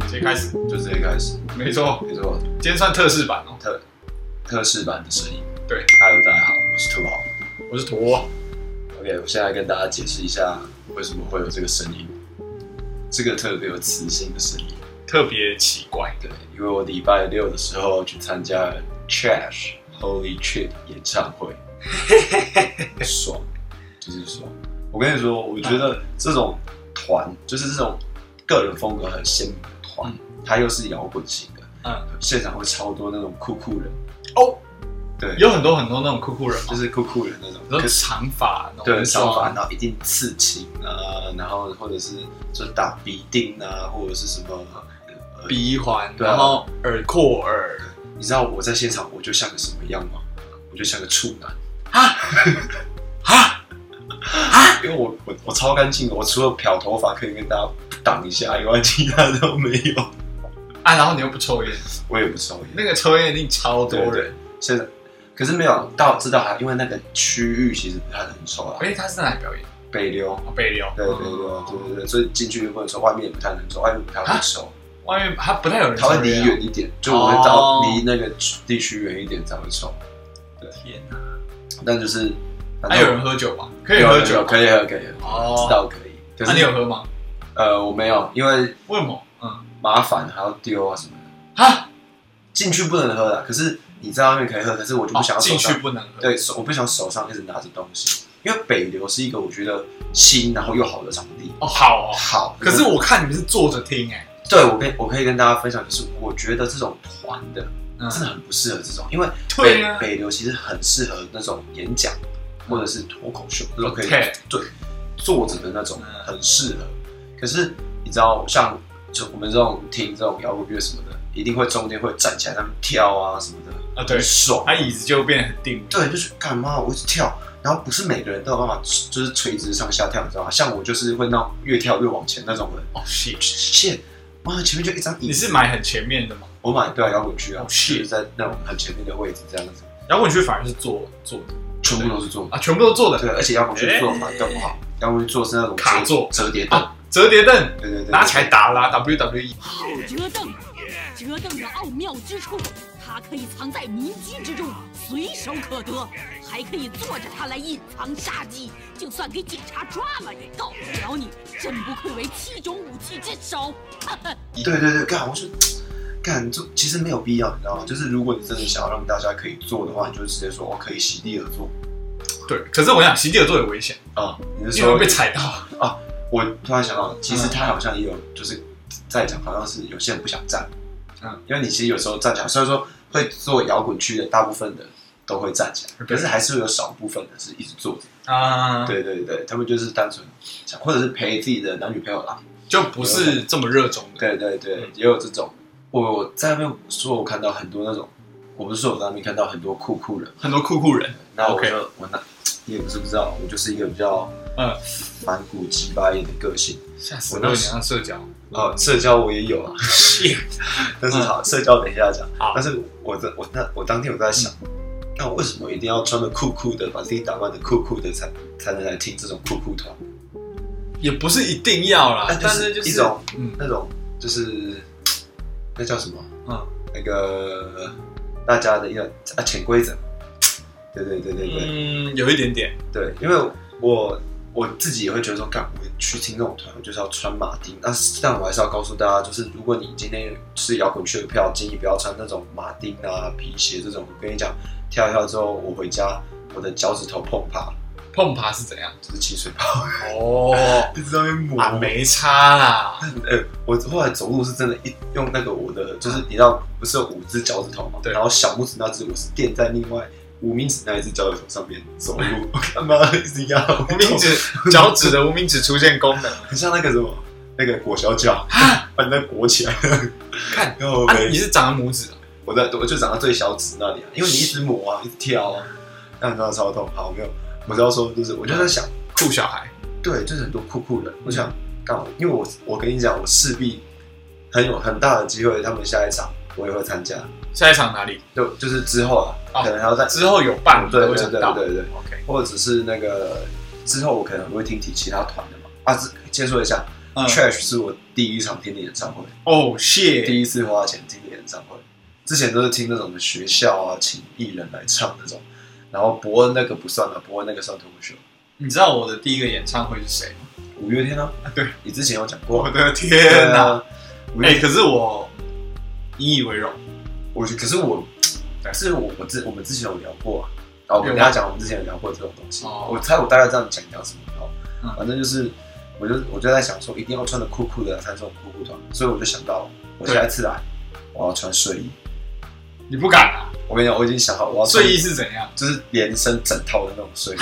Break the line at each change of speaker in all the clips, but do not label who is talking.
直接开始，
就直接开始。
没错，
没错，
今天算特试版哦。
特特试版的声音。
对
，Hello，大家好，我是兔豪。
我是驼，
OK，我现在跟大家解释一下为什么会有这个声音，这个特别有磁性的声音。
特别奇怪，
对，因为我礼拜六的时候去参加了 Trash Holy Shit 演唱 会，爽，就是爽。我跟你说，我觉得这种团就是这种个人风格很鲜明的团，它又是摇滚型的，
嗯，
现场会超多那种酷酷人
哦，
对，
有很多很多那种酷酷人嘛，
就
就是
是酷酷人那种，
那
可
种
是
长发，
对，长发，然后一定刺青啊，然后或者是就打鼻钉啊，或者是什么呃
鼻环，
对啊
然后耳廓耳，
你知道我在现场我就像个什么样吗？我就像个处男啊啊啊！因为我我我超干净的，我除了漂头发可以跟大家挡一下以外，其他都没有。
啊，然后你又不抽烟，
我也不抽烟，
那个抽烟一定超多
对
人，
现在可是没有到知道他，因为那个区域其实不太能抽啊，
哎，他是在哪里表演？
北流。
哦，北流，
对对对对对对，所以进去不能抽，外面也不太能抽，外面不太
啊
会抽。
外面他不太有人抽
它
烟啊，哦
会离远一点，就我会到离那个地区远一点才会抽。
天哪，
但就是，反
还
正
啊有人喝酒吗？可以喝酒吗，
可以喝，可以
哦
喝，知道可以。可
那
是
你有喝吗？
呃，我没有，因为
为什么？嗯，
麻烦还要丢啊什么的，
啊，
进去不能喝的。可是你在外面可以喝，可是我就不想要手
哦进
上
去，不能喝，
对手我不想手上一直拿着东西，因为北流是一个我觉得新然后又好的场地。
哦，好哦，
好，
可是我看你们是坐着听，哎，
对我跟我可以跟大家分享，就是我觉得这种团的
嗯
真的很不适合这种，因为
对
北、
啊
北流其实很适合那种演讲或者是脱口秀，都可以
TED
对坐着的那种
嗯
很适合。可是你知道，像就我们这种听这种摇滚乐什么的，一定会中间会站起来他们跳啊什么的，
啊，对
很，爽。
他椅子就变得很定位，
对，就是干嘛我一直跳，然后不是每个人都有办法就是垂直上下跳，你知道吗？像我就是会那种越跳越往前那种人。
哦，shit，
shit，哇，前面就一张椅
你
子，
是买很前面的吗？
我买对啊摇滚区啊，
哦
就
shit
是在那种很前面的位置这样子，
摇滚区反而是坐坐的
全部都是坐的。
啊，全部都坐的
对，而且摇滚区做法更不好，摇滚区做是那种折
哎卡座
折叠凳，
啊，折叠凳
对对对，对
拿起来。打啦，WWE E
好折腾，折腾的奥妙之处，它可以藏在民居之中，随手可得，还可以坐着它来隐藏杀机，就算给警察抓了也告不了你，真不愧为七种武器之首。
对对对，干，我是干，就其实没有必要，你知道吗？就是如果你真的想要让大家可以做的话，你就直接说我可以席地而坐
对，可是我想席地而坐也危险，
啊。你
哦因为
是说
会被？嗯踩到。
我突然想到，其实他好像也有，就是在讲，好像是有些人不想站，
嗯，
因为你其实有时候站起来，虽然说会做摇滚区的大部分的都会站起来，
对
可是还是会有少部分的是一直坐着。
啊，
对对对，他们就是单纯想，或者是陪自己的男女朋友来。
就不是这么热衷的。
对对对，
嗯
也有这种。我在那边说，我看到很多那种，我不是说我在那边看到很多酷酷人，
很多酷酷人，
那我
OK
就我那也不是不知道，我就是一个比较
嗯
反骨鸡巴一点的个性，
吓死
我
我！
那
你
时
像社交，
哦，社交我也有啊， 但是好，社交等一下讲
嗯好。嗯
但是我在我那我当天我在想，那我为什么一定要穿的酷酷的，把自己打扮的酷酷的才才能来听这种酷酷团？
也不是一定要啦
但，
啊但
啊就是
是就是
一种
嗯
那种就是那叫什么？
嗯，
那个大家的一个啊潜规则。对对对对对、
嗯，有一点点
对，因为我我自己也会觉得说，干我去听这种团，我就是要穿马丁。但是但我还是要告诉大家，就是如果你今天是摇滚区的票，建议不要穿那种马丁啊、皮鞋这种。我跟你讲，跳一跳之后，我回家我的脚趾头碰趴，
碰爬是怎样？
就是起水泡，
哦，
一直在那边抹
啊，没差 啦，
哎、我后来走路是真的一用那个我的，就是你知道不是有五只脚趾头嘛？
对
然后小拇指那只我是垫在另外无名指那一只脚趾头上面走 路，我干嘛一直压我
无名指脚趾的无名指出现功能，
很像那个什么那个裹小脚，把你那裹起 来。
看
然后我
啊，
没
你是长了拇指啊，
我在我就长到最小指那里、啊，因为你一直磨啊，一直跳啊，那你知道超痛。好，没有，我只要说就是我就在想，
酷小孩，
对，就是很多酷酷的。我想，干我，因为我我跟你讲，我势必很有很大的机会，他们下一场我也会参加，
下一场哪里？
就就是之后啊，
哦
可能还要再
之后有办，
对
我
对
想
对
到。
对对，
OK，
或者是那个之后我可能会听其其他团的嘛。啊，之先说一下、
嗯
t r a s h 是我第一场听的演唱会，
哦，shit，
第一次花钱听的演唱会。之前都是听那种学校啊，请艺人来唱那种，然后伯恩那个不算了，伯恩那个算脱口秀。
你知道我的第一个演唱会是谁吗？
五月天啊，
对，
你之前有讲过
我，的天哪！
啊，五
哎、
月
可是我引以为荣。
我觉得可是我，
对
是我我之我们之前有聊过啊，然后我
有
跟
吗
大家讲我们之前有聊过这种东西，
哦
我猜我大概知道你讲讲什么，然后、
嗯
反正就是，我就我就在想说一定要穿的酷酷的才是我酷酷团，所以我就想到我下一次来我要穿睡衣，
你不敢啊？
我跟你讲我已经想好我要穿
睡衣是怎样？
就是连身整套的那种睡衣，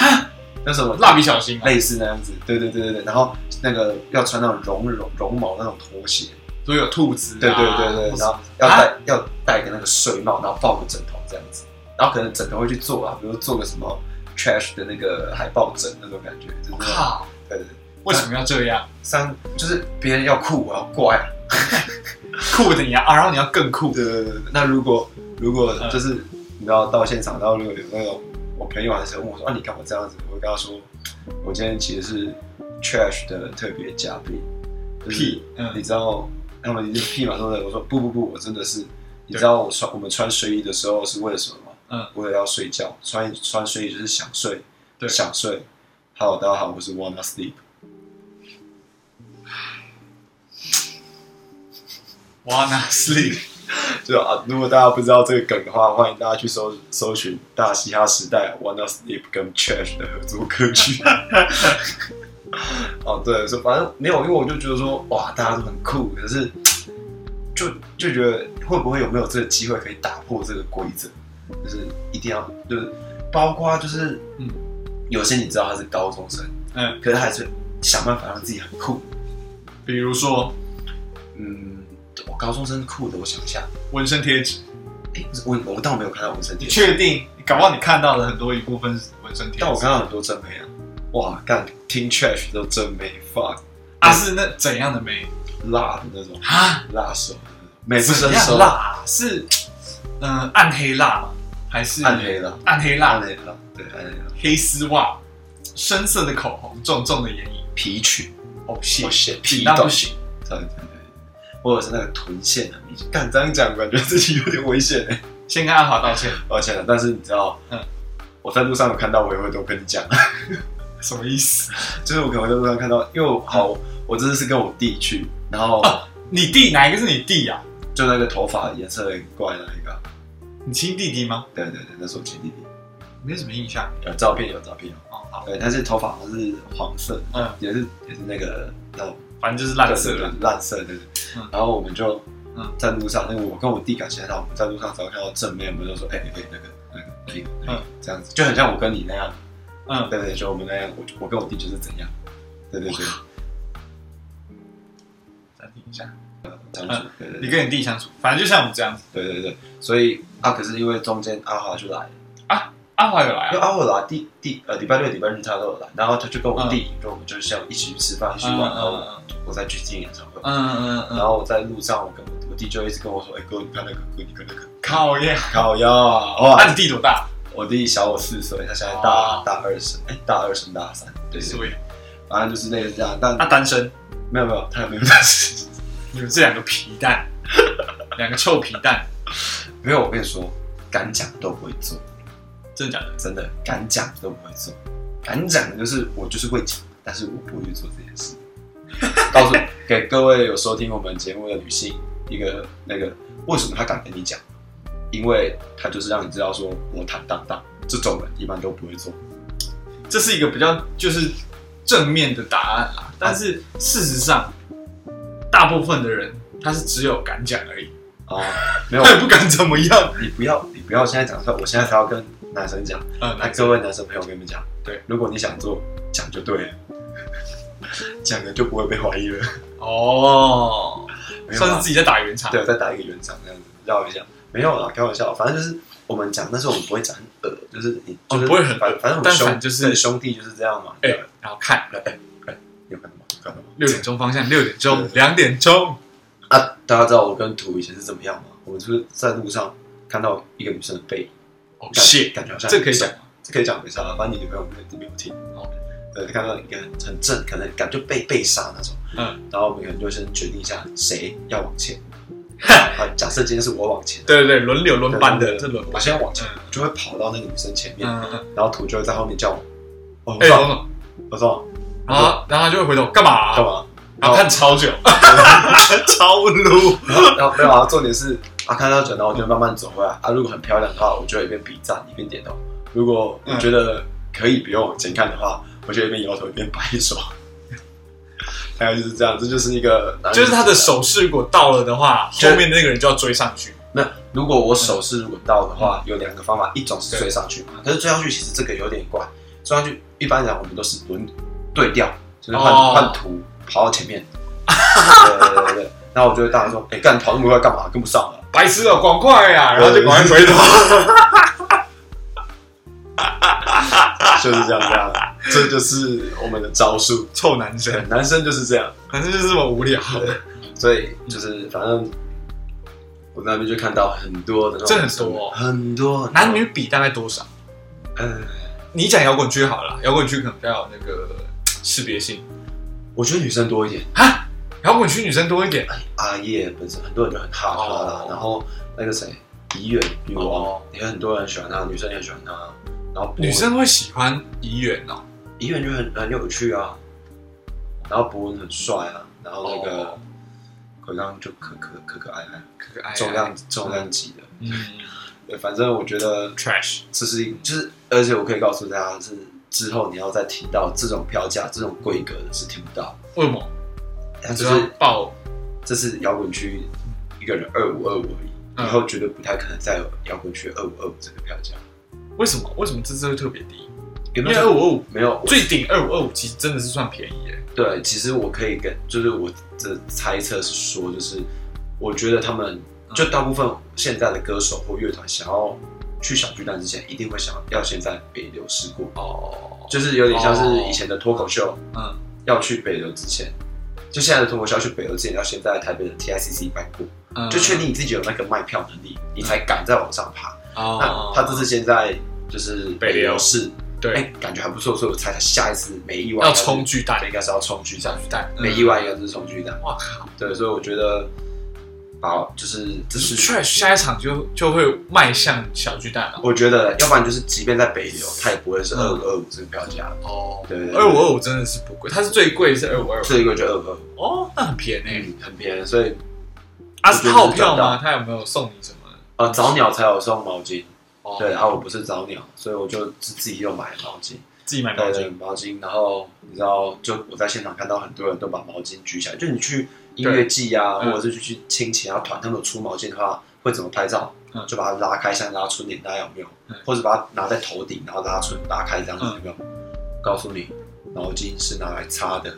那什么
蜡笔小新啊，
类似那样子，对对对对对，然后那个要穿那种绒绒绒毛那种拖鞋，
所以有兔子、啊，
对对对对，然后要戴、要戴个那个睡帽，然后抱个枕头这样子，然后可能枕头会去做啊，比如做个什么 trash 的那个海报枕那种感觉，就是那种
靠，
对对对，
为什么要这样？
三就是别人要酷我要怪啊，
酷的你要啊，然后你要更酷，
对对对对，那如果如果
嗯
就是、你知道到现场，然后如果有那种我朋友还是问我说啊你干嘛这样子，我会跟他说我今天其实是 trash 的特别嘉宾，就是
屁，嗯
你，知道他们一定屁嘛说的，我说不不不，我真的是，你
对
知道我穿我们穿睡衣的时候是为了什么吗？
嗯，
为了要睡觉，穿穿睡衣就是想睡，
对
想睡。Hello，大家好，我是 Wanna Sleep。
哇，那 sleep，
就啊，如果大家不知道这个梗的话，欢迎大家去搜搜寻《大嘻哈时代》Wanna Sleep 跟 Trash 的合作歌曲。 哦，对，所以反正没有，因为我就觉得说，哇，大家都很酷，可是就就觉得会不会有没有这个机会可以打破这个规则？就是一定要，就是包括就是，
嗯
嗯，有些你知道他是高中生，
嗯，
可是还是想办法让自己很酷。
比如说
嗯，我高中生酷的，我想一下，
纹身贴纸，
哎、我我倒没有看到纹身
你
贴。
确定？搞不好你看到的很多一部分是纹身贴纸，
但我看到很多真美啊，哇，干听 trash 都真美，fuck
啊是那怎样的美
辣的那种
啊？
辣手，美不
怎
胜
样
收，
辣？是嗯、呃暗黑辣吗？还是
暗黑辣，
暗黑辣？
暗黑辣，对暗黑辣，
黑丝袜，深色的口红，重重的眼影，
皮裙，
哦谢
我写
紧
皮
到
到
不，行。
对对对对，或者是那个臀线很明显，干这样讲感觉自己有点危险哎，
先跟阿华道歉，
抱歉了，啊但是你知道，
嗯
我在路上有看到，我也会都跟你讲，啊
什么意思？
就是我可能会在路上看到，因为我好，
嗯
我这次是跟我弟去，然后
你弟哪一个是你弟啊呀、
就那个头发颜色很怪那一个，啊
你亲弟弟吗？
对对对，那是我亲弟弟，
没什么印象。
有照片有照片有。
哦，好，
对，但是头发好像是黄色，
嗯，
也是也是那个那种
反正就是烂色了。
烂色对。
嗯
然后我们就
嗯
在路上，那个我跟我弟感情很好，我们在路上只要看到正面，我们就说哎哎哎那个那个那个那个
嗯
这样子，就很像我跟你那样，
嗯，
对对，就我们那样，我我跟我弟就是怎样，对对对，
暂停一下。
这样子，对
你
对
跟你弟相处，反正就像我们这样子。
对对对，所以啊，可是因为中间阿华就来了，
阿华有来
因为
啊？
阿华来第第呃礼拜六礼拜日他都有来，然后他就跟我弟，就我们就像一起去吃饭，一起去
嗯嗯
玩，
嗯
然后
嗯
我再去听演唱会，
嗯嗯
然，后我在路上，我跟我弟就一直跟我说：“哎、哥，你看那个，哥，你看那个，
考验。
烤鸭啊！”
那、
哇，
你弟多大？
我弟小我四岁，他现在大、
哦
大二升，哎、大二升大三，对对，
所以
反正就是类似这样，但、
他啊单身。
没有没有，他也没有认识，
你们这两个皮蛋， 两个臭皮蛋，
没有。我跟你说，敢讲都不会做，
真的假的？
真的，敢讲都不会做，敢讲就是我就是会讲，但是我不会去做这件事。告诉给各位有收听我们节目的女性一个那个，为什么他敢跟你讲？因为他就是让你知道说我坦荡荡，这种人一般都不会做。
这是一个比较就是正面的答案啦。但是事实上，大部分的人他是只有敢讲而已，
啊，没 有
他，也不敢怎么样。
你不要，你不要现在讲出来，我现在才要跟男生讲。
嗯，
那各位男生朋友，我跟你们讲，
对，
如果你想做，讲就对了， 讲了就不会被怀疑了。
哦，
没有
算是
啦
自己在打圆场。
对，再打一个圆场这样子绕一下，没有啦，开玩笑，反正就是我们讲，但是我们不会讲很恶，就是你，
哦
就是
不会很恶
反反正我
但
们
反
兄
就是
对兄弟就是这样嘛。
哎
对
然后看，
哎哎哎你有看到吗？有看到吗？
六点钟方向，六点钟，两点钟，
啊，大家知道我跟图以前是怎么样吗？我们是不是在路上看到一个女生的背影，
哦
感
谢，
感觉好像
这可以讲吗，
这可以讲没啥，反正你女朋友肯定没有听。
哦
对，看到一个很正，可能感觉被被杀那种，
嗯，
然后我们可能就先决定一下谁要往前。啊，假设今天是我往前，
对对对，轮流轮班的，
对
这轮
我
班，
先往前，
嗯
就会跑到那个女生前面，
嗯嗯嗯，
然后图就会在后面叫我，哦，我
哎，
撞，
王总，
我撞，
然后然后他就会回头干嘛？
干？嘛？
然后啊看超久， 超撸，
然后 然后没有啊，重点是啊，看到转头我就慢慢走回来啊。如果很漂亮的话，我就一边比赞一边点头；如果我觉得可以不用往前看的话，我就一边摇头一边摆手。 大概就是这样，这就是一个男女
就是他的
之间。
手势如果到了的话，
就
后面的那个人就要追上去。
那如果我手势如果到的话，有两个方法，一种是追上去嘛，可是追上去其实这个有点怪，追上去一般来讲我们都是轮对调，就是换
哦
换图跑到前面。对对对对对，然后我就会大声说：“哎、干跑那么快干嘛？跟不上了。”
白痴哦，赶快啊！然后就赶快回头。
就是这样这样，这就是我们的招数。
臭男生，
男生就是这样，
反正就是这么无聊，
所以就是反正我那边就看到很多的那种，
这很多哦
很多
男女，比大概多少？
嗯，
你讲摇滚区好了啦，摇滚区可能比较有那个识别性
我觉得女生多一点。
啊。摇滚区女生多一点，
阿叶本身很多人就很哈哈啦
哦，
然后那个谁，怡远女王
哦
也很多人喜欢她，女生也喜欢她，然后博
女生会喜欢怡远哦。
怡远就很很有趣啊，然后博文很帅啊，然后那个
哦
可刚就可可可可爱爱，
可爱啊
重量重量级的，
嗯
对，反正我觉得
，trash，
这是一就是，而且我可以告诉大家，是之后你要再听到这种票价、这种规格的是听不到，
为什么？
它
只
就
要
是
爆
这是摇滚区一个人二五二五而已，
嗯
以后绝对不太可能再有摇滚区二五二五这个票价。
为什么？为什么这次会特别低？
有
因
没
为二
有？
五二五
没有，
最顶二五二五，其实真的是算便宜耶。
对，其实我可以跟，就是我的猜测是说，就是我觉得他们
嗯
就大部分现在的歌手或乐团想要去小巨蛋之前，一定会想要先在北流试过，
哦，
就是有点像是以前的脱口秀，
嗯，
要去北流之前，就现在的脱口秀要去北流之前，要先在台北的 TICC 办过，
嗯
就确定你自己有那个卖票能力，你才敢再往上爬。
哦
那，他这次现在就是
北流
市，哎、
对
感觉还不错，所以我猜他下一次没意外
要冲巨蛋
对，应该是要冲巨
小
蛋，
巨蛋呃
没意，外应该就是冲巨蛋。
哇靠！
对，所以我觉得，好，就是这
只是
是
trash 下一场就就会迈向小巨蛋了。
我觉得，要不然就是即便在北流，他也不会是二五二五这个票价，
哦，
对对
嗯
对
二五二五真的是不贵，它是最贵的是二五二五。
这一个就二五二五，
哦，那很便宜。
嗯，很便宜，所以
啊，
我觉得
是
是
套票
赚
吗？
到
他有没有送你什么？
呃，早鸟才有送毛巾。
哦
对，，啊然后我不是早鸟，所以我就自自己又买毛巾，
自己买毛
对
巾。
毛巾。然后你知道，就我在现场看到很多人都把毛巾举起来，就你去音乐季啊，
嗯
或者是去去亲戚啊团，他们有出毛巾的话，会怎么拍照
嗯？
就把它拉开，像拉春联，大家有没有
嗯？
或者把它拿在头顶，然后拉春拉开这样子，
嗯
有没有？告诉你，毛巾是拿来擦的，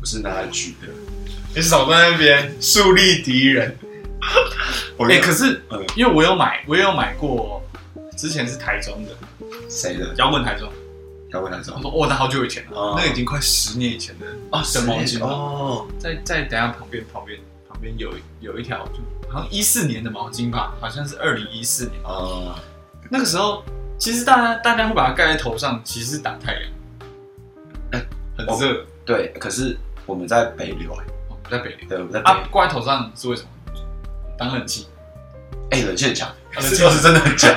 不是拿来举的。
你少在那边树立敌人。
我
哎，可是
嗯
因为我有买，我也有买过，之前是台中的
谁的？
摇滚台中。
要问他什
我
么？
说哦，那好久以前了
嗯哦，
那已经快十年以前的
哦，
的毛巾了。
哦，
在在等一下旁边旁边旁边有有一条，就好像一四年的毛巾吧，好像是二零一四年
哦，
那个时候，其实大家大家会把它盖在头上，其实是打太阳，哦
哎
很热。
对。可是我们在北流，哎
我们哦在北流
对，我们在北流
啊，。挂在头上是为什么？当冷气，哦
哎、冷气很强，
冷
是
气
是真的很强。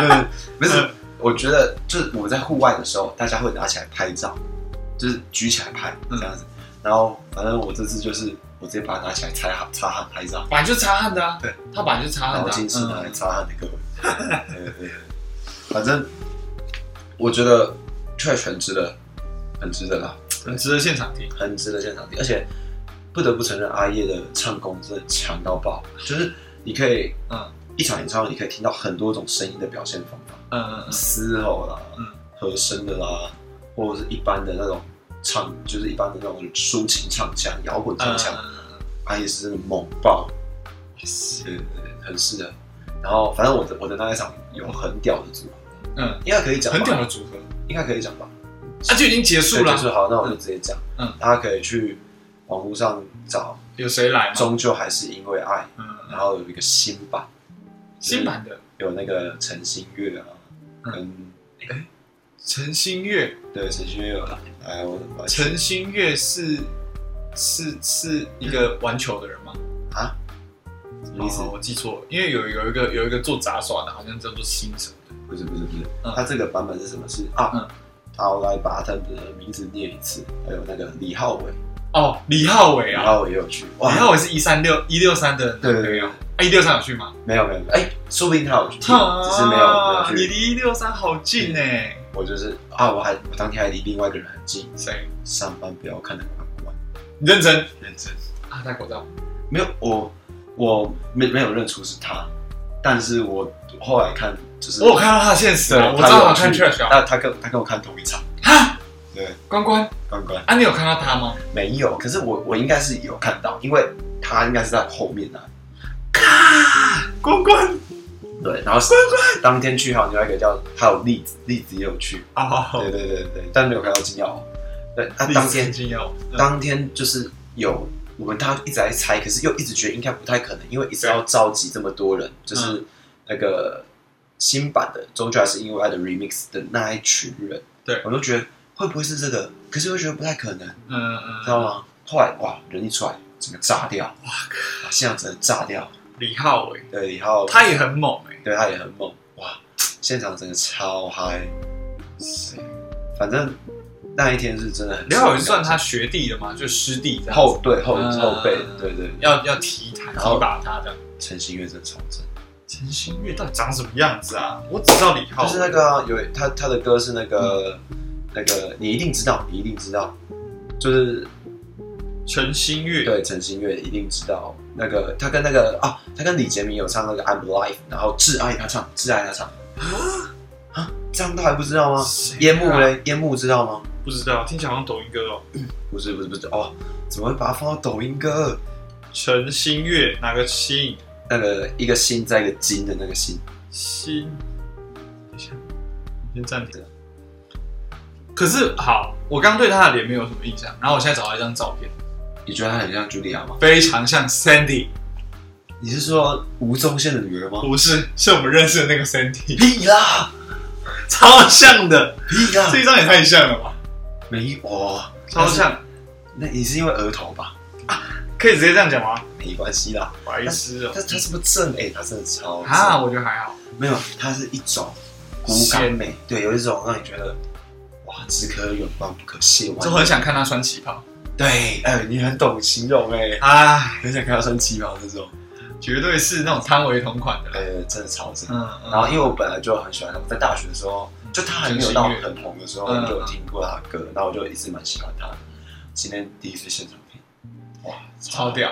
嗯，不是
嗯，
我觉得就是我们在户外的时候，大家会拿起来拍照，就是举起来拍
嗯
这样子。然后反正我这次就是我直接把它拿起来擦汗擦汗拍照，
本来就擦汗的啊。
对，
它本来就擦汗
然后
的啊。
巾是拿来
嗯
擦汗的，各位。对对对，反正我觉得确实很值得，很值得啦，
嗯很值得现场听。
很值得现场听，而且不得不承认阿叶的唱功真的强到爆，就是你可以
嗯
一场演唱会你可以听到很多种声音的表现方法。
嗯嗯嗯，
嘶吼啦，
嗯
和声的啦，或者是一般的那种唱，就是一般的那种抒情唱腔、摇滚唱腔，
嗯
他也是真的猛爆，是很是的。然后反正我的我的那一场有很屌的组合，
嗯，
应该可以讲吧，
很屌的组合。
应该可以讲吧，
啊，就已经结束
对，就
了。
是好，那我就直接讲，
嗯，
大家可以去网络上找，
有谁来吗？
终究还是因为爱，
嗯，
然后有一个新版，
新版的
有那个陈星月啊，
嗯
跟
陈星月，
对陈星月有来，哎，我我
陈星月是是是一个玩球的人吗？
啊，什么意思
哦？我记错了，因为有有一个有一个做杂耍的，好像叫做新什么的。
不是不是不是
嗯，
他这个版本是什么？是啊
嗯，
好，我来把他的名字念一次，还有那个李浩伟，
哦，李浩伟
李
啊，
浩伟也有去，
李浩伟是一三六一六三的男
对对
朋
对
友，啊，一六三有去吗？
没有没有，没有哎，说不定他有去，只是没有
啊
没
你
有去，
离一六三好近哎，
我就是啊，我还我当天还离另外一个人很近，
谁？
上班不要看得管管。
你认真
认真，
啊？戴口罩。
没有我我没没有认出是他，但是我后来看就是
哦我有看到他的现实
对
啊，我知
他有
道我看
去
Trash 啊。
他他跟他跟我看同一场，
哈，
对，
关关
关关
啊，你有看到他吗？
没有，可是我我应该是有看到，因为他应该是在我后面啊，
关关
对，然后当天去还有另外一个叫还有栗子，栗子也有去，
啊，
对对对对，但没有看到金耀哦，对，他
历
当
史
天
曾经有
当天就是有我们大家一直在猜，可是又一直觉得应该不太可能，因为一直要召集这么多人，就是
嗯
那个新版的《终究还是因为爱》的 remix 的那一群人，
对
我都觉得会不会是这个，可是又觉得不太可能，
嗯嗯
知道吗？后来哇，人一出来，整个炸掉，哇靠，现场整个炸掉，
李浩伟
对，然后
他也很猛哎，
对他也很猛，哇，现场整个超嗨，反正那一天是真的很，
李浩伟算他学弟的嘛，就师弟这样子
后对后
嗯
后辈，对对，
要要提他
然后
提拔他这样。
陈星月真的超正，
陈星月到底长什么样子啊？我只知道李浩
就
伟，
是那个啊、有他他的歌是那个、那个你一定知道，你一定知道，就是
陈星月，
对陈星月一定知道那个他跟那个啊，他跟李杰明有唱那个 I'm Alive，然后挚爱他唱，挚爱他唱啊，这样他还不知道吗？
谁啊
烟幕嘞，烟幕知道吗？
不知道，听起来好像抖音歌哦。
不是不是不是哦，怎么会把它放到抖音歌？
陈星月哪个星？
那个一个心在一个金的那个心，
心，等一下，你先暂停。可是好，我刚对他的脸没有什么印象，然后我现在找到一张照片，
你觉得她很像茱莉亚吗？
非常像 Sandy，
你是说吴宗宪的女儿吗？
不是，是我们认识的那个 Sandy，
屁啦
超像的，
屁啦
这，一张也太像了吧，
没哇、
超像，
那你是因为额头吧？
可以直接这样讲吗？
没关系啦。
白痴哦、
他他是不是正？哎、他真的超正
啊，我觉得还好，
没有，他是一种骨感美，对，有一种让你觉得哇，只可远方不可亵
就
玩。
很想看他穿旗袍，
对，哎、你很懂形容哎、
哎，
很想看他穿旗袍这种，
绝对是那种汤唯同款的啦，
呃，真的超正。
嗯，嗯
然后因为我本来就很喜欢他，在大学的时候，就他还没有到很红的时候，
嗯
我就有听过他的歌，然后我就一直蛮喜欢他的。今天第一次现场听，哇，
超，屌，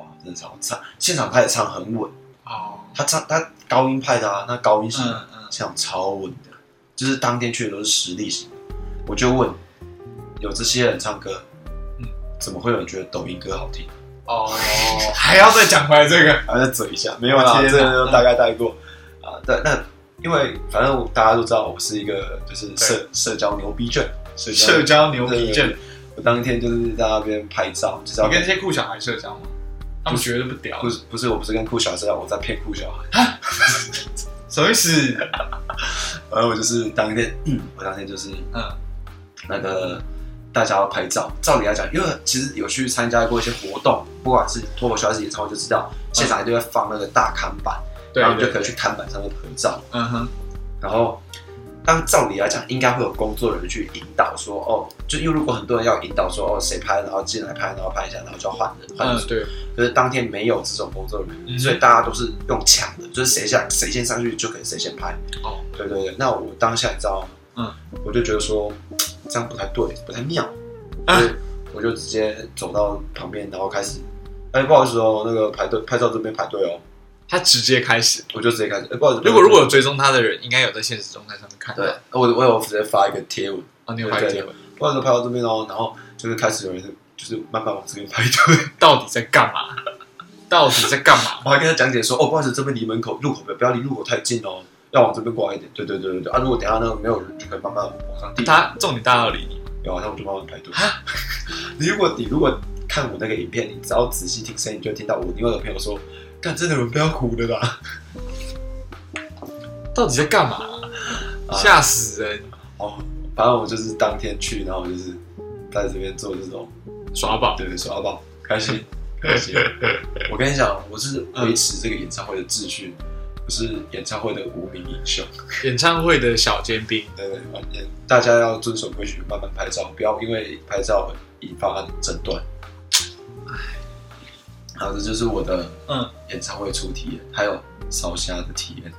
哇，真的超赞！现场他也唱很稳。
哦，
他唱他高音派的啊，那高音型
嗯嗯，
这样超稳的，就是当天去的都是实力型的。我就问，有这些人唱歌，
嗯
怎么会有人觉得抖音歌好听？
哦，还要再讲回来这个，
还要嘴一下，没有啦，
天
这
哪
个就大概带过啊。对，那因为反正我大家都知道我是一个就是社社交牛逼症，社
社交牛逼。
对对
症
对。我当天就是在那边拍照，就是要
你跟这些酷小孩社交吗？他们绝对不屌
不，是不是我不是跟酷小孩社交，我在骗酷小啊孩。
什么意思？
反正我就是当天，我当天就是
嗯，
那个大家要拍照。照理来讲，因为其实有去参加过一些活动，不管是脱口秀还是演唱会，就知道现场一定会放那个大看板，
对
然后你就
对
可以去看板上面合照。
嗯哼，
然后，当照理来讲，应该会有工作人员去引导说，哦，就因为如果很多人要引导说，哦，谁拍，然后进来拍，然后拍一下，然后就要换人，换人。
嗯对，
可是当天没有这种工作人员，
嗯
所以大家都是用抢的，就是谁下谁先上去就可以谁先拍。
哦，
对对对，那我当下你知道吗？嗯，我就觉得说这样不太对，不太妙，
啊
所以我就直接走到旁边，然后开始，哎、不好意思哦，那个排队拍照这边排队哦，
他直接开始。
我就直接开始，哎、不好意思，
如果如果有追踪他的人，应该有在现实中在上面看到
对，我我有直接发一个贴文，
啊，你有发
对
现
对不好意思，拍到这边哦，然后就是开始有人就是慢慢往这边排队，
到底在干嘛？到底在干嘛？
我还跟他讲解说，哦，不好意思，这边离门口入口不要离入口太近哦。要往这边过来一点。对对对对对啊！如果等一下那个没有人，就可以慢慢往上递。
他重点大家要理你，
有啊，他们就慢慢排队。 你如果你如果看我那个影片，你只要仔细听声音，你就会听到我另外一个朋友说：“干，真的有人不要哭的 啦
到底在干嘛？！”
啊
吓死人！
哦，反正我就是当天去，然后我就是在这边做这种，
耍宝，
对对，说好不好？开心，开心。我跟你讲，我是维持这个演唱会的秩序，我是演唱会的无名英雄。
演唱会的小尖兵，
对对，完全大家要遵守规矩，慢慢拍照，不要因为拍照引发争端。好，这就是我的
嗯，
演唱会初体验，还有烧虾的体验。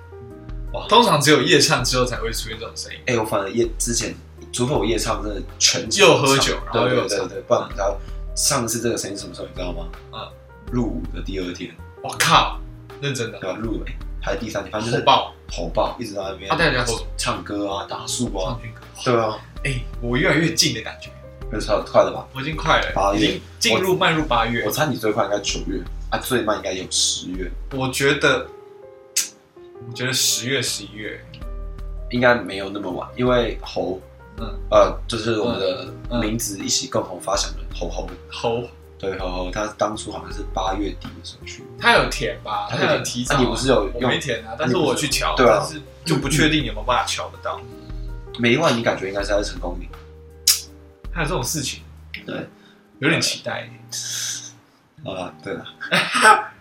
通常只有夜唱之后才会出现这种声音。
哎、我反而夜之前，除非我夜唱，真的全场
又喝酒
唱
然后
对
又
对对
唱
对，不然你知道上次这个声音是什么时候？你知道吗？
嗯，
入伍的第二天，
我靠，认真的，
对吧？入伍哎还是第三天，反正就
火
是
爆啊
吼爆，一直在那边
他带人家吼
唱歌啊、打树啊
唱，军歌。
对啊，
哎，我越来越近的感觉，
那超快的吧？
我已经快了，
八
已
月
经进入迈入八月
我。猜你最快应该九月啊，最慢应该有十月，
我觉得，我觉得十月、十一月，
应该没有那么晚，因为猴，
嗯
呃，就是我们
嗯
的名字一起共同发想的猴猴，
猴
对猴猴，他当初好像是八月底的时候去，
他有填吧？
他
他
有填
有提早啊。
啊你不是有
我
用
没填啊，但是
你不是
我去瞧，
对啊
但是就不确定有没有办法瞧得到。
每一晚你感觉应该是在成功岭，
还有这种事情，
对，
有点期待。
好啦，对啊了，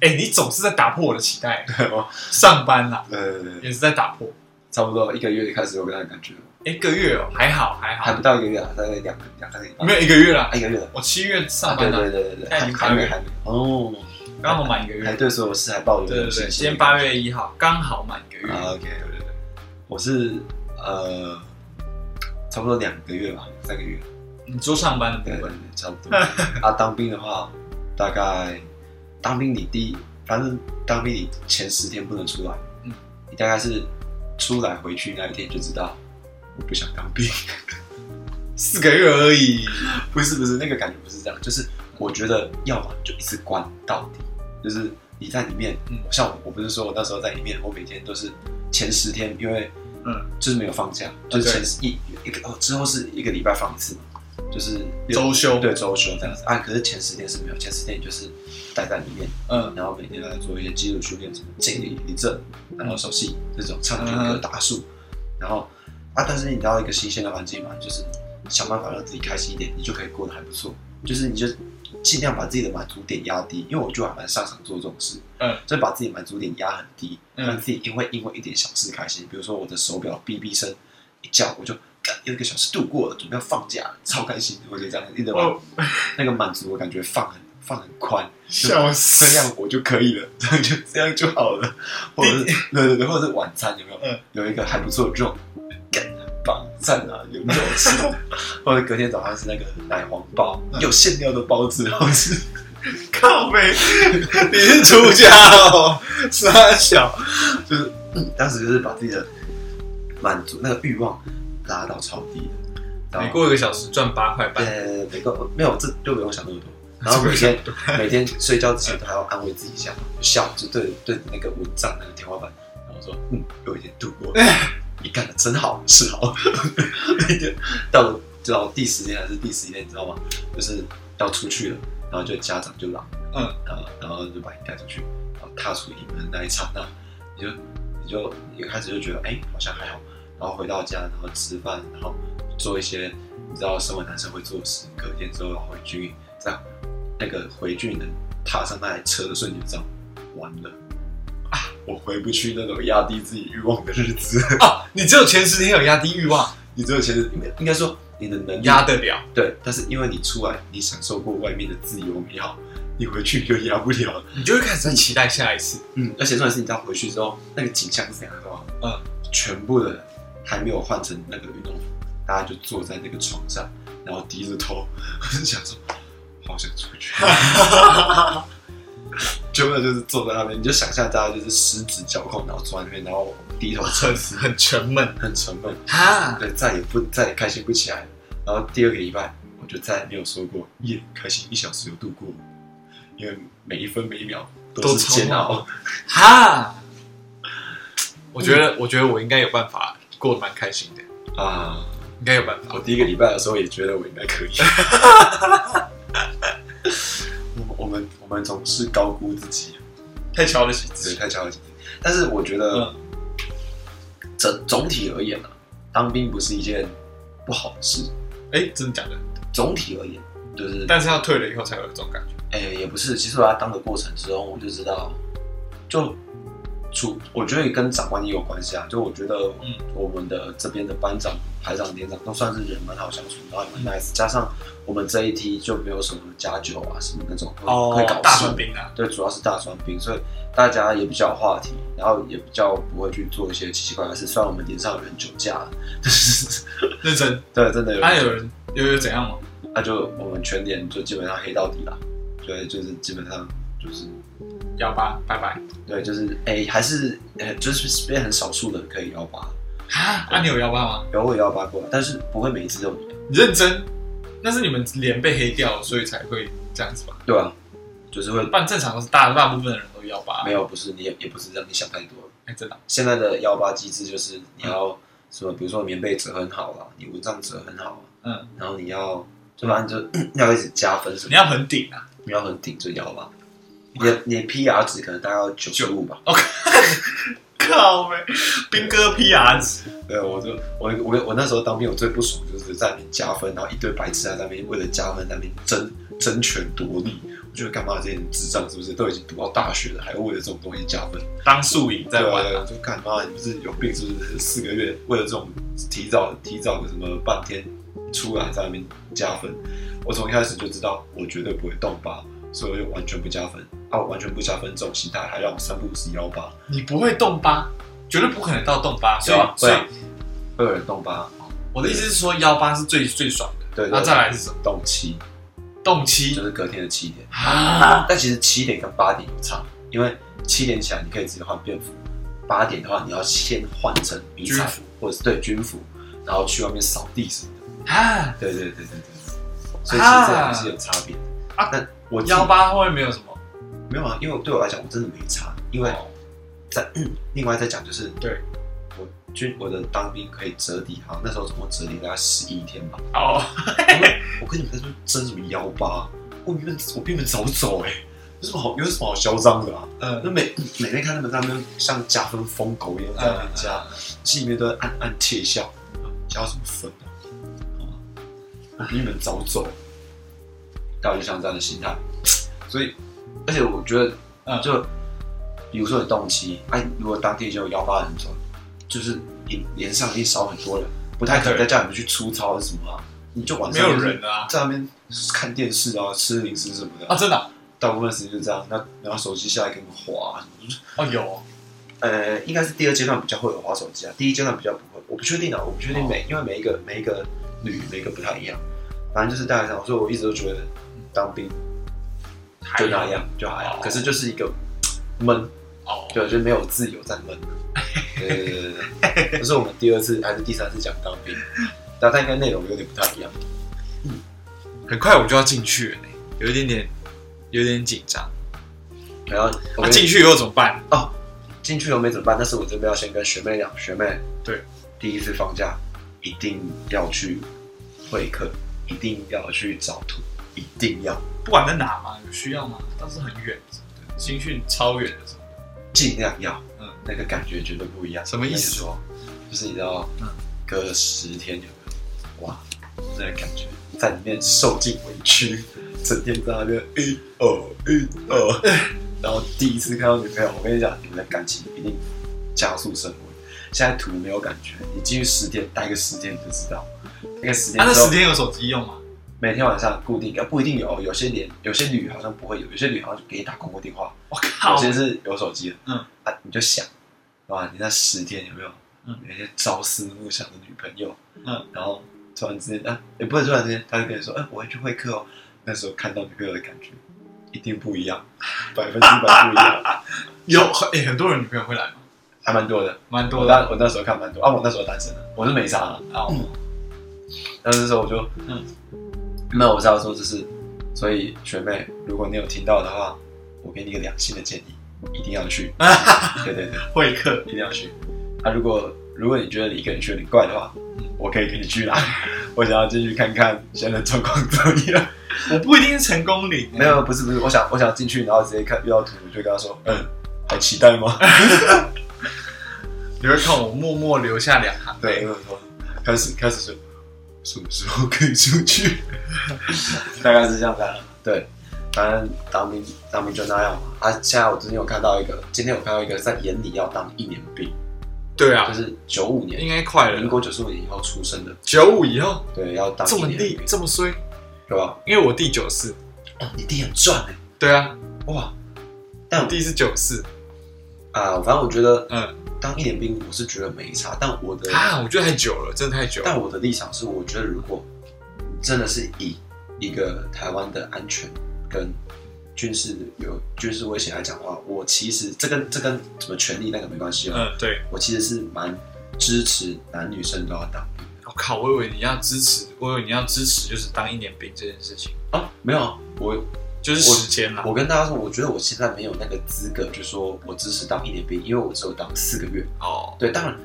哎，你总是在打破我的期待。
对 哦，
上班啦，
对对对，
也是在打破。
呃差不多一个月开始有跟他的感觉了，
一个月哦，还好还
还
好，
不到一个月啊，大概两个两三个礼拜，
没有一个月啦
啊，。一个月了，
我七月上
啊，
班
对
啦
对，对对对，
现在已
还
经
还没
八
还没哦，
刚好满一个月
还。对所有事还抱有
对对对，
信心
今天八月一号，刚好满一个月。
啊，OK，对对对，我是呃，差不多两个月吧，三个月，
你说上班的
对
部
对
分
对，差 不多。啊，当兵的话，大概当兵你第一，反正当兵你前十天不能出来，
嗯
你大概是出来回去那一天就知道我不想当兵。
四个月而已，
不是不是，那个感觉不是这样，就是我觉得要么就一直关到底，就是你在里面，
嗯
像我我不是说我那时候在里面，我每天都是前十天，因为
嗯，啊
就是没有放假，就是前十一一个哦之后是一个礼拜放一次嘛，就是六
周休
对周休这样子啊，可是前十天是没有，前十天你就是待在里面，
嗯，
然后每天来做一些基础训练，什么敬礼一阵，然后手戏这种唱军歌、
嗯
打数，然后啊，但是你到一个新鲜的环境嘛，就是想办法让自己开心一点，你就可以过得还不错。就是你就尽量把自己的满足点压低，因为我就还蛮擅长做这种事，
嗯，
就把自己满足点压很低，
嗯
让自己因为因为一点小事开心。比如说我的手表哔哔声一叫，我就干又一个小时度过了，准备要放假了，超开心，我就这样一直把、
哦
那个满足的感觉放很放很宽，就
笑死
这样我就可以了， 这样就这样就好了。或者是对对对，或者是晚餐有没有？
嗯
有一个还不错的肉，干棒赞啊，有 没有吃？或者隔天早上是那个奶黄包，有馅料的包子好吃。
靠背，你是出家哦，傻小，
就是、嗯当时就是把自己的满足那个欲望拉到超低的，然
每
后
过一个小时赚八块半，
呃没够没有这就不用想那么多。然后每天每天睡觉之前都还要安慰自己一下，笑就对对那个蚊帐那个天花板，然后说嗯，有一天度过了，你干的真好，是好。 那天到了知道第十天还是第十一天，你知道吗？就是要出去了，然后就家长就来，
嗯，
然后然后就把你带出去，然后踏出营门那一刹那，你就你就一开始就觉得哎、好像还好，然后回到家，然后吃饭，然后做一些你知道身为男生会做的事，隔天之后要回军营，这样那个回军营的踏上那台车的瞬间，知道完了啊，我回不去那种压低自己欲望的日子。
哦，你只有前十天有压低欲望，
你只有钱，应该应该说你的能力
压得了，
对，但是因为你出来，你享受过外面的自由美好，你回去就压不了了。
你就会开始在期待下一次。
嗯，而且重点是你到回去之后，那个景象是怎样的吗？
嗯，
全部的人还没有换成那个运动服，大家就坐在那个床上，然后低着头，我就想说，好想出去。 结果就是坐在那边，你就想象大家就是十指交扣，然后坐在那边，然后低头
很
沉思，
很沉闷
很沉闷。
哈，
对，再也不再也开心不起来了。然后第二个礼拜，我就再也没有说过耶，开心一小时有度过，因为每一分每一秒
都
是煎
超
熬
好。哈，
我觉得，我觉得我应该有办法过得蛮开心的，
啊！
应该有办法
我。第一个礼拜的时候也觉得我应该可以。 我我们我们总是高估自己，
太瞧得起自
对，
己。
太骄傲了。但是我觉得，整总体而言啊，当兵不是一件不好的事。
哎，真的假的？
总体而言，就是
但是要退了以后才有这种感觉。
哎、也不是，其实我在当的过程之中，我就知道，就主，我觉得也跟长官也有关系啊。就我觉得，
嗯
我们的这边的班长、排长、连长都算是人蛮好相处，然后也蛮 nice、加上我们这一梯就没有什么加酒啊什么那种会会搞
哦大
事
专兵啊，
对，主要是大专兵，所以大家也比较有话题，然后也比较不会去做一些奇奇怪怪的事。虽然我们连上有人酒驾了，但是
认真。
对，真的有人
那
酒
有人有有怎样吗？
那就我们全点就基本上黑到底了，对，就是基本上就是
幺八，拜拜。
对，就是哎、还是呃，就是边很少数的可以幺八，
啊，那你有幺八吗？
有我幺八过，但是不会每一次都有
你认真？那是你们脸被黑掉了，所以才会这样子吧？
对啊，就是会
不然正常都是大大部分的人都幺八。
没有，不是你也也不是让你想太多了。
哎，真的啊。
现在的幺八机制就是你要什么，比如说棉被折很好啊，你蚊帐折很好啊，
嗯，
然后你要就反正就 要一直加分什么，
你要很顶啊。
你要很顶就幺八，你的你的 PR 值可能大概要九十五吧。
靠呗，兵哥 PR 值。
对，我就我我我那时候当兵，我最不爽就是在那边加分，然后一堆白痴在那边为了加分在那边争争权夺利。我觉得干嘛这些人智障是不是都已经读到大学了，还要为了这种东西加分？
当宿营在玩
对
啊，
啊就干嘛？你不是有病是不是？四个月为了这种提早提早个什么半天出来在那边加分，我从一开始就知道我绝对不会动八，所以我就完全不加分。啊，我完全不加分这种心态还让我三不五时幺八，
你不会动八，绝对不可能到动八，所以
有啊
所以
会啊会有人动八，
我的意思是说幺八是最最爽的，
对对
那再来是什么？
动七，
动
就
七
是隔天的七点。
啊，
但其实七点跟八点有差，因为七点起来你可以直接换便服，八点的话你要先换成迷彩
军服
或者是对军服，然后去外面扫地什么的。
啊
对对对对对对。所以其实这还是有差别的。
啊
但我自己
幺八后面没有什么，
没有啊，因为对我来讲我真的没差，因为
哦
在、另外再讲就是
对。
我军我的当兵可以折抵，好像那时候总共折抵大概十一天吧。
哦，
我跟你们在说争什么幺八？我比你们我比你们早走哎、有什么好有什么好嚣张的啊？那
嗯
每每天看他们在那边像加分疯狗一样在那边加，心里面都在暗暗窃笑，加什么分啊？好吧我比你们早走，大概就像这样的心态。所以，而且我觉得，
嗯，
就比如说你动机，哎、如果当地就有幺八人走，就是你连上一定少很多人，不太可能
对
再叫你们去粗糙还是什么啊？你就晚
没
上
有
就是
人啊
在那边看电视啊，吃零食什么的
啊，真的啊
大部分时间就这样，那然后手机下来给你们滑、啊，什么
哦有哦
呃，应该是第二阶段比较会有滑手机啊，第一阶段比较不会，我不确定啊，我不确定每、因为每一个每一个旅每一个不太一样，反正就是大概这样，所以我一直都觉得当兵就那样就还好，
哦
可是就是一个闷，
哦，
对，就没有自由在闷。对对对对对对，这是我们第二次还是第三次讲当兵，但但应该内容有点不太一样。
很快我就要进去了呢，有一点点，有点紧张。
然后
那
啊
我跟
进去以后怎么办？
进去了没怎么办？但是我这边要先跟学妹讲，学妹，
对，
第一次放假一定要去会客，一定要去找图，一定要
不管在哪嘛，有需要吗？倒是很远什么的，新训超远的什么的，
尽量要，
嗯
那个感觉绝对不一样。
什么意思
说？就是你知道，
嗯
隔了十天有没有？哇，那个感觉在里面受尽委屈，整天在那边一哦一哦， 然后第一次看到女朋友，我跟你讲，你们的感情一定加速升温。现在图没有感觉，你进去十天待个十天你就知道，那个十天
啊，那
之后
十天有手机用吗？
每天晚上固定，呃不一定有，有些连有些旅好像不会有，有些旅好像就给你打公共电话，
我
有
靠，
些是有手机的，
嗯
啊，你就想，哇，你那十天有没有，
嗯
有一些朝思暮想的女朋友，
嗯，
然后突然之间，啊，也不是突然之间，他就跟你说，哎、我要去会客哦，那时候看到女朋友的感觉一定不一样，百分之百不一样，
有很诶很多人女朋友会来吗？
还蛮多的，
蛮
我
多的
那我那时候看蛮多，啊，我那时候单身的，我是没啥啊，
啊，哦
但是时候我就，
嗯
嗯，那我是要说就是，所以学妹，如果你有听到的话， 我给你一个良性的建议，一定要去，对对对，
会客
一定要去，那、如果如果你觉得你一个人去有点怪的话，我可以跟你去啦。 我想要进去看看现在的状况怎么样。
我不一定是成功领、
没有，不是不是，我想我想进去，然后直接看遇到图，就跟他说，嗯，还期待吗？
你会看我默默留下两行
对，我说开始开始是什么时候可以出去？大概是这样子啊。对，反正当兵当兵就那样嘛。啊，现在我最近有看到一个，今天有看到一个在眼里要当一年兵，
对
就
啊，
是九五年
应，该快
民
了。
国九十五年以后出生的，
九五以后
对，要当
这
一
么
年
地
兵，
这么衰，
对吧？
因为我弟九四，
哦，你弟很赚哎、
对啊，
哇！但
我弟是九四
啊、反正我觉得，
嗯
嗯，当一年兵我是觉得没差，但我的
啊，我觉得太久了，真的太久了。
但我的立场是，我觉得如果真的是以一个台湾的安全跟军事有军事威胁来讲的话，我其实这跟这跟什么权利那个没关系哦。
嗯，对，
我其实是蛮支持男女生都要当兵
我靠，我以为你要支持，我以为你要支持就是当一年兵这件事情，
啊，没有啊，我
就是
我
时间啦。
我跟大家说，我觉得我现在没有那个资格，就说我支持当一年兵，因为我只有当四个月。
哦，
对，当然，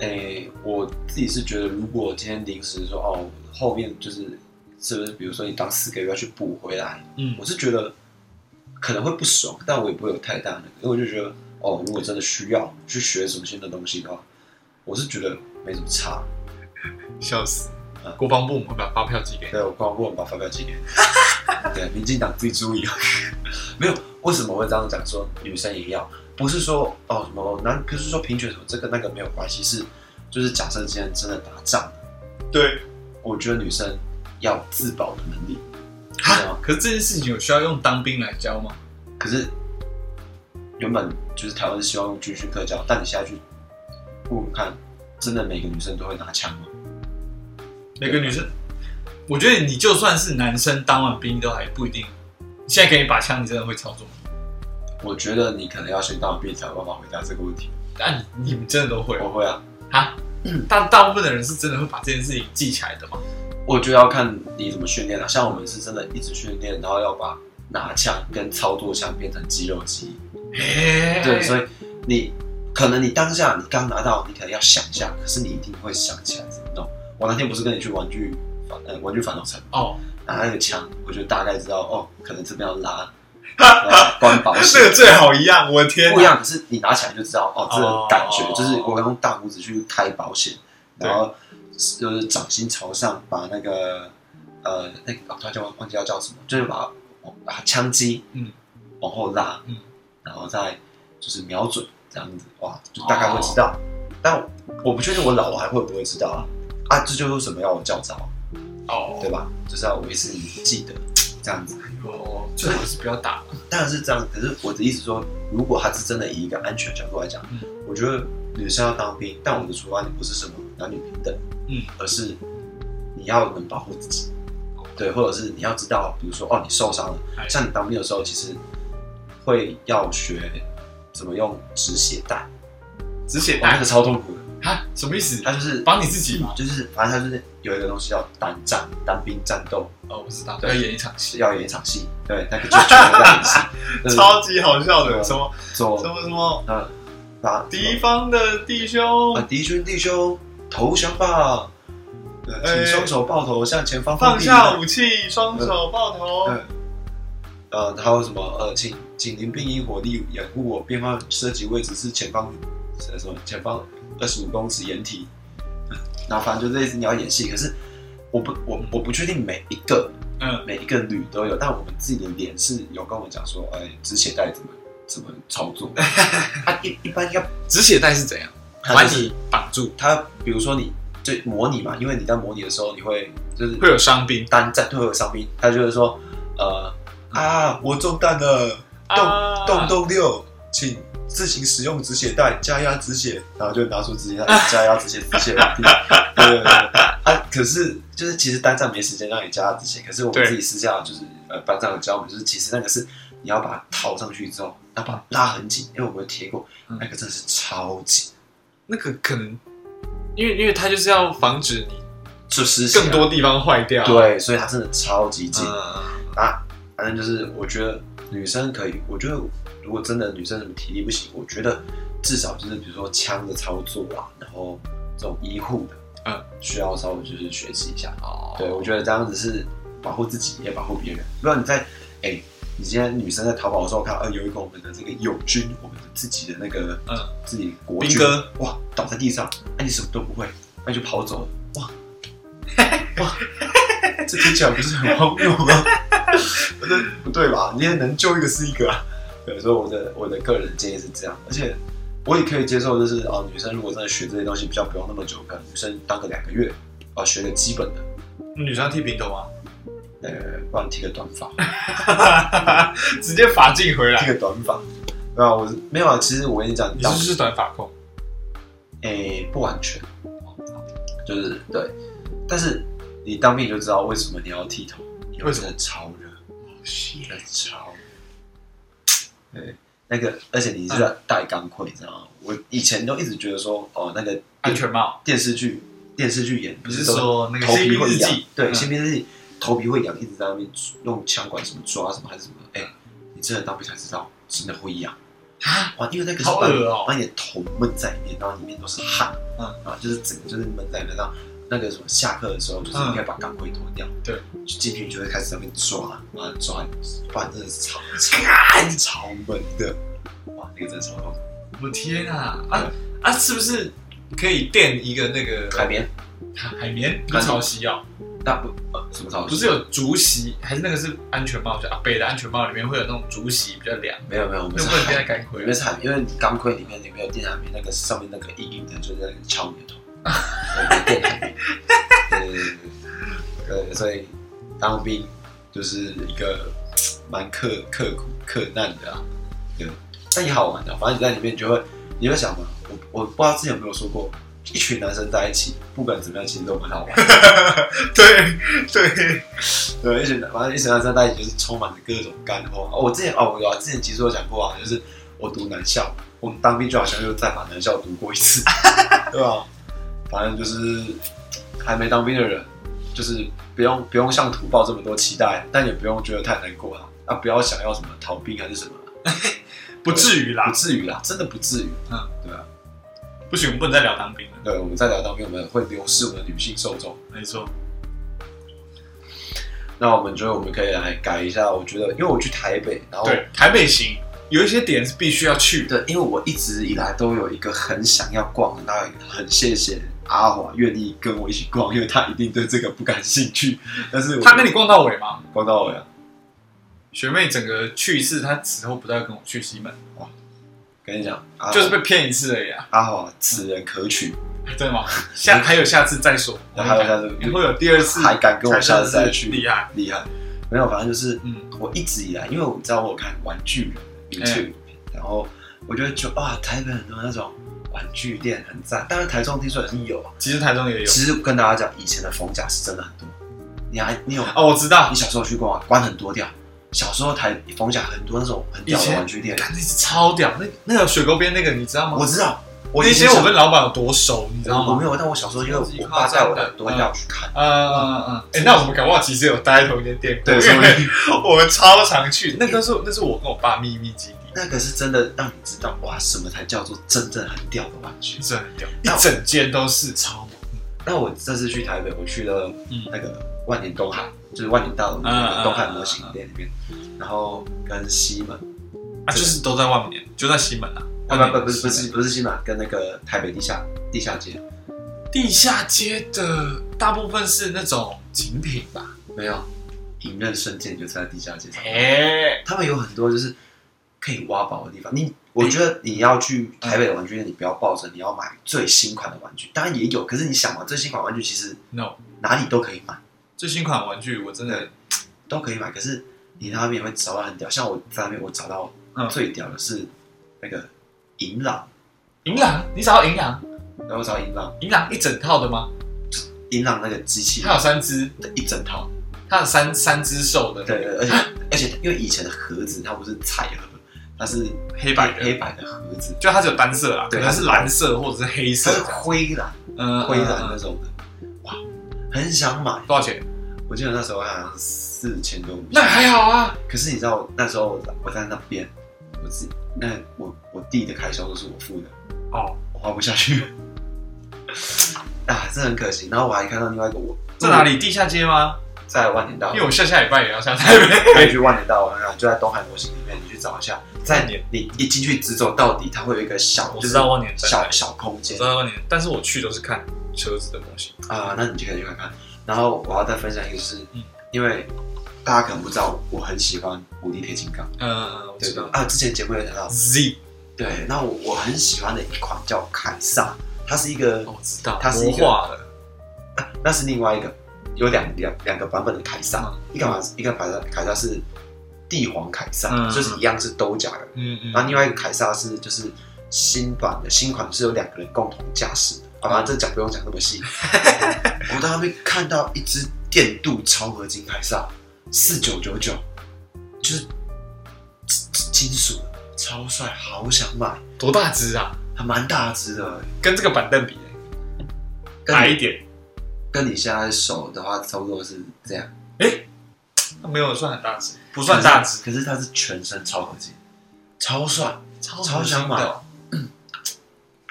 诶、我自己是觉得，如果今天临时说哦，后面就是是不是，比如说你当四个月要去补回来，
嗯
我是觉得可能会不爽，但我也不会有太大的，因为我就觉得哦，如果真的需要去学什么新的东西的话，我是觉得没什么差。
笑死
嗯！
国防部门把发票寄给你，
对，我光问把发票寄给你，对，民进党自己注意哦。 没有，为什么会这样讲？说女生也要，不是说哦什么男，不是说平权什么这个那个没有关系，是就是假设今天真的打仗。
对
我觉得女生要自保的能力，对
啊
啊。
可是这件事情有需要用当兵来教吗？
可是原本就是台湾是希望用军训课教，但你现在去问问看，真的每个女生都会拿枪吗？
每个女生，我觉得你就算是男生当完兵都还不一定。现在给你把枪，你真的会操作吗？
我觉得你可能要先当完兵才有办法回答这个问题。
但啊你们真的都会
我会啊，
啊？大大部分的人是真的会把这件事情记起来的吗？
我觉得要看你怎么训练啊。像我们是真的一直训练，然后要把拿枪跟操作枪变成肌肉记忆。
哎
对，所
以
以你可能你当下你刚拿到，你可能要想一下，可是你一定会想起来怎么弄。我那天不是跟你去玩具反呃玩具反斗城，
哦，
拿那个枪，我就大概知道哦，可能这边要拉，呃关保险
这个最好一样，我的天啊
不一，样。可是你拿起来就知道哦，这
哦
个感觉、就是我用大拇指去开保险，
对
然后就是掌心朝上，把那个呃那个哦，突然间忘忘记要叫什么，就是把把枪击
嗯
往后拉，
嗯
然后再就是瞄准这样子，哇，就大概会知
哦
道。但我不确定我老了还会不会知道啊啊，这就是为什么要我教招，
哦，
对吧？就是要我一直记得这样子。
哦，最好是不要打。
当然是这样，可是我的意思说，如果他是真的以一个安全角度来讲，
嗯
我觉得女生要当兵，但我的出发点不是什么男女平等，
嗯，哦
而是你要能保护自己，对，或者是你要知道，比如说哦，你受伤了
哎，
像你当兵的时候，其实会要学怎么用止血带，
止血
哇，那
带
个超痛苦的，
啊？什么意思？
它就是
帮你自己吗？
就是反正它就是有一个东西叫单战，单兵战斗
哦，我知道，
对
要演一场戏，
要演一场戏，对，那个就绝对要演戏就是
超级好笑
对
的，
啊
什么什
左
么什么
呃把
敌方的弟兄
啊，敌军弟兄投降吧！对
哎
请双手抱头向前方
放
地
下武器，双手抱
对
头。
呃，还有什么呃，请请您并以火力掩护我，边方射击位置是前方呃什么前方二十五公尺掩体。然后反正就类似你要演戏，可是我不我我不确定每一个
嗯，
每一个女都有，但我们自己的脸是有跟我们讲说，哎、止血带怎么怎么操作？啊，一一般应该
止血带是怎样？
它
把
就是
你绑住，
它，比如说你就模拟嘛，因为你在模拟的时候，你会就是
会有伤兵
单战队会有伤兵，他就是说，呃啊，我中弹了，
啊
动动六，请自行使用止血带加压止血，然后就拿出止血带加压止血，止血两滴，对对对对啊，可是就是其实单战没时间让你加压止血，可是我
对
们自己私下就是呃班长有教我们，就是其实那个是你要把它套上去之后，要把它拉很紧，因为我们有贴过，
嗯
那个真的是超紧，
那个可能，因为因为他就是要防止你
就失血啊
更多地方坏掉。，啊
对，所以它真的超级紧。
嗯，
啊，反正就是我觉得女生可以，我觉得如果真的女生什么体力不行，我觉得至少就是比如说枪的操作啊，然后这种医护的，
嗯，
需要稍微就是学习一下。
哦
啊
对，我觉得这样子是保护自己，也保护别人。不然你在，哎、你今天女生在淘宝的时候看，呃，有一个我们的这个友军，我们的自己的那个，
嗯，
自己国
兵
军
哥，
哇，倒在地上，那、你什么都不会，那、你就跑走了，哇， 哇，这听起来不是很荒谬吗？ 不对，不对吧？你也能救一个是一个啊。对，所以我的我的个人建议是这样，而且我也可以接受，就是啊、女生如果真的学这些东西比较不用那么久，可能女生当个两个月，啊、学个基本的。
女生要剃平头 吗？
呃，不然剃个短 发，
直接法镜回
剃
来。
个短发。对啊，我是没有啊。其实我跟你讲，
你是
当
不是短发控？
诶、不完全，就是对。但是你当兵就知道为什么你要剃头，因
为什么
真的超热，真的超热。对，那个而且你是
嗯
在戴钢盔，你知道吗？我以前都一直觉得说，哦，那个
安全帽，
电视剧电视剧演不
你是
都
说那个
头皮
新兵
会
日
痒
记？
对，
嗯
新兵日记头皮会痒，一直在那边用枪管什么抓什么还是什么，哎、你真的当兵才知道，真的会痒啊！哇，因为那个是
好
把你
恶哦
把你的头闷在里面，然后里面都是汗，
嗯
然后就是整个就是闷在里面，然后那个什么下课的时候，就是
嗯
应该把钢盔脱掉，
对，
就进去就会开始在那边抓，然后抓，不然真的是超超超闷的，哇，那个真的超痛苦，
我天啊啊啊！是不是可以垫一个那个
海绵，
海绵不是潮汐哦？
那不呃什么草？
不是有竹席，还是那个是安全帽？就阿北的安全帽里面会有那种竹席，比较凉，
没有没有，我们
那
是
不能
海
垫在啊钢
我
盔
里。面是海绵，因为你钢盔里面你没有电海绵，那个上面那个硬硬的，就是在敲你的头。对，没有电海绵。对对对对对，所以当兵就是一个蛮刻刻苦刻难的啊。对，但也好玩的、反正你在里面你就会，你会想嘛，我我不知道之前有没有说过，一群男生在一起，不管怎么样，其实都蛮好玩的。
对对，
对，一群反正一群男生在一起就是充满了各种干货。哦，我之前哦，我有啊，之前其实有讲过啊，就是我读男校，我们当兵就好像又再把男校读过一次，对吧、 反正就是还没当兵的人，就是不用不用向土抱这么多期待，但也不用觉得太难过啊，啊，不要想要什么逃兵还是什么，
不至于
不
啦，
至于啦，真的不至于。
嗯，
对啊，
不行，我们不能再聊当兵了。
对，我们在聊当兵，我们会流失我们的女性受众。
没错，
那我们觉得我们可以来改一下，我觉得因为我去台北，然后
对，台北行有一些点是必须要去的。
对，因为我一直以来都有一个很想要逛，那很谢谢阿华愿意跟我一起逛，因为他一定对这个不感兴趣。但是我
他跟你逛到尾吗？
逛到尾啊，
学妹整个去一次，她此后不再跟我去西门，
跟你讲，阿
就是被骗一次而已啊，
阿华此人可取，
真 的吗？下还有下次再说，
然后还有他的
会有第二次，
还敢跟我下次再去，
厉害，
厉害。没有，反正就是
嗯，哎
我一直以来，因为我知道我有看玩具人的 YouTube，、然后我觉得就啊，台北很多那种玩具店很赞，当然台中听说也是有啊。
其实台中也有
其实跟大家讲，以前的逢甲是真的很多，你还你有
哦，我知道
你，小时候去过啊？关很多掉。小时候台逢甲很多那种很屌
以
的
前
玩具店，
干那是超屌，那那个水沟边那个你知道吗？
我知道。我
那
以
些
前
我跟老板有多熟，你知道
我我
吗
没？有，但我小时候因为
超级
我爸
夸张
带
的
我很多要去看，
嗯嗯嗯，哎、那我们搞不好其实有待在同一间店过，
对，所
因为
以
我们超常去，那个是那是我跟我爸秘密基地，
那个是真的让你知道哇，什么才叫做真正很屌的玩具。
真的很屌，一整间都是超猛，
那我这次去台北，我去了
嗯
那个万年东海，就是万年大楼
嗯
那
嗯
个东海模型店里面，然后跟西门，
啊，就是都在万年，就在西门啊，
啊
万年
不不不是不
西
是
门
不是西门，跟那个台北地下地下街，
地下街的大部分是那种精品吧？
没有，隐刃圣剑就是在地下街上。
哎、
他们有很多就是可以挖宝的地方。你我觉得你要去台北的玩具店，你不要抱着你要买最新款的玩具，当然也有，可是你想嘛，最新款玩具其实
n o
哪里都可以买，
最新款玩具我真的
都可以买。可是你那边会找到很屌，像我在那边我找到
嗯
最屌的是那个银狼，
银狼，你找到银狼，
然后我找到银狼，
银狼一整套的吗？
银狼那个机器
它有三只，
一整套，
它有三三只兽的，
对，对，而且 而且因为以前的盒子它不是彩盒，它是
黑白的
黑白的盒子，
就它只有单色啦，
对
可能是蓝色或者是黑
它
色
是
的，
灰蓝
嗯
灰蓝
嗯
那
嗯
种的，哇，很想买。
多少钱？
我记得那时候好像是四千多米，
那还好啊，
可是你知道我那时候我在我在那边，我自己那我我弟的开销都是我付的，
哦，
我花不下去。 啊，这很可惜。然后我还看到另外一个我
在哪？里？地下街吗？
在万年道，
因为我下下礼拜也要上台 北，
可以去万年道，然后就在东海模型里面，你去找一下。在你你一进去直走到底，它会有一个小，
我知道万年在哪
小
里
小空间
知道你，但是我去都是看车子的东西。
啊、那你就可以去看看。然后我要再分享一个是，
嗯
因为大家可能不知道，我很喜欢无敌铁金刚，
嗯，我
对
知
吧
道？。
啊，之前节目有讲到，
Z，
对，那我我很喜欢的一款叫凯撒，它是一个，
哦我知道，
它是一
魔
个
化的，
那是另外一个，有两两两个版本的凯撒，一个版一个凯撒凯撒是帝皇凯撒，
嗯
就是一样是兜甲的，
嗯嗯
然后另外一个凯撒是就是新版的新款是有两个人共同驾驶的，啊，反正这讲不用讲那么细。我在那边看到一只电镀超合金凯撒，四九九九，就是金金属的，超帅，好想买，
多大只啊？
还蛮大只的，欸
跟这个板凳比，
哎跟
矮
你
一点，
跟你现在手的话差不多是这样，
它没有算很大只，不算大只，
可是它是全身超合金，超帅，
超
超想买
级
哦
的，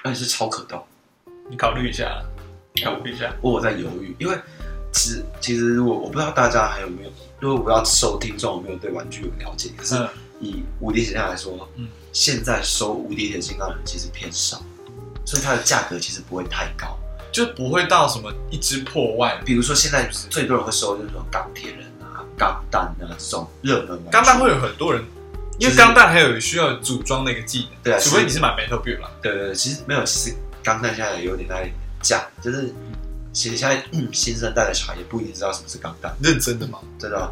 而且是超可动。
你考虑一
啊
下，考虑一下，
我有在犹豫，因为其实其实如果我不知道大家还有没有，因为我不知道收听众有没有对玩具有了解，可是
嗯
以无敌铁金刚来说，
嗯
现在收无敌铁金刚的人其实偏少，所以它的价格其实不会太高。
就不会到什么一只破万。
比如说现在最多人会收就是那种钢铁人啊、钢弹啊这种热门玩具
钢弹会有很多人，因为钢弹还有需要组装的一个技能，
对啊
除非你是买 Metal Build 啦，
对对对，其实没有，其实钢弹现在有点在讲，就是其实现在、嗯、新生代的小孩也不一定知道什么是钢弹，
认真的嘛，
真的吗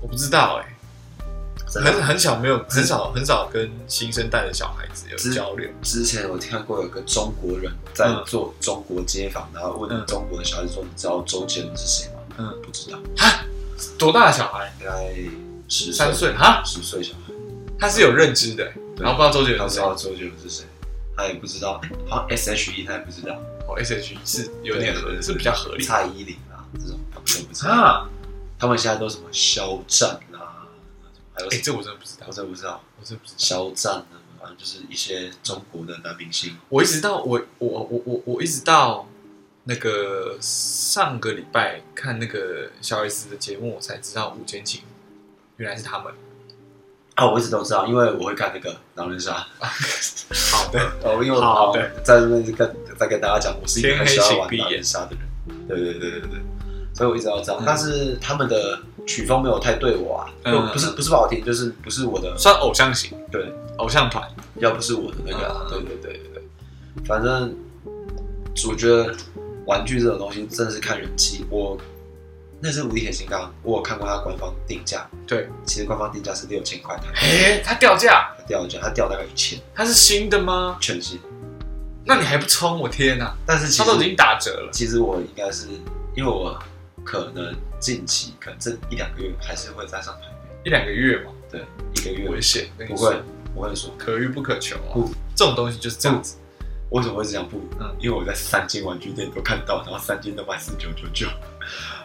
我不知道哎，
真的吗
很很少没有，很少很少跟新生代的小孩子有
是
交流，
之前我听过有个中国人在
嗯
做中国街访，然后问
嗯
中国的小孩子说：“你知道周杰伦是谁吗？”
嗯，
不知道，
多大的小孩？
大概十
三岁哈，
十岁小孩，
他是有认知的欸，
对
然后不知道周杰
他
伦是
知
谁，
道周杰伦是谁，他也不知道，好像 S H E 他也不知道，
哦，S.H.E 是有点
对对
合，
对
是比较合理
蔡依林啊这种他们都不知道，
啊，
他们现在都什么肖战啊，还有
哎，
什
这
么
我真的不知道
我，真的不知道，
我真的不知道。
肖战啊，反正就是一些中国的男明星，
我一直到我我我我我一直到那个上个礼拜看那个小 S 的节目，我才知道五间情原来是他们。
啊，我一直都知道，因为我会看那个狼人杀。
好的，
哦，因为我
好
好
对
在这边跟再跟大家讲，我是一个
天黑
很喜欢
请
玩
闭
狼人
眼
杀的人。对对对对对，所以我一直要这样。但是他们的曲风没有太对我啊，
嗯
就不是不是不好听，就是不是我的，
算偶像型，
对，
偶像团。
比较不是我的那个啊。
嗯
对对对对对，反正我觉得玩具这种东西真的是看人气。我那是无敌铁金刚，我有看过它官方定价，
对，
其实官方定价是六千块台币，
哎、他掉价，
它掉一下，它掉大概一千，
他是新的吗？
全新。
那你还不冲？我天哪、
但是其
他
实
都已经打折了。
其实我应该是因为我可能近期可能这一两个月还是会再上台北，
一两个月嘛，
对，一个
危
月
险，跟你
不
说
会，我会说
可遇不可求啊
不。
这种东西就是这样子，
为什么会这样不？
嗯
因为我在三间玩具店都看到，然后三间都卖四九九九，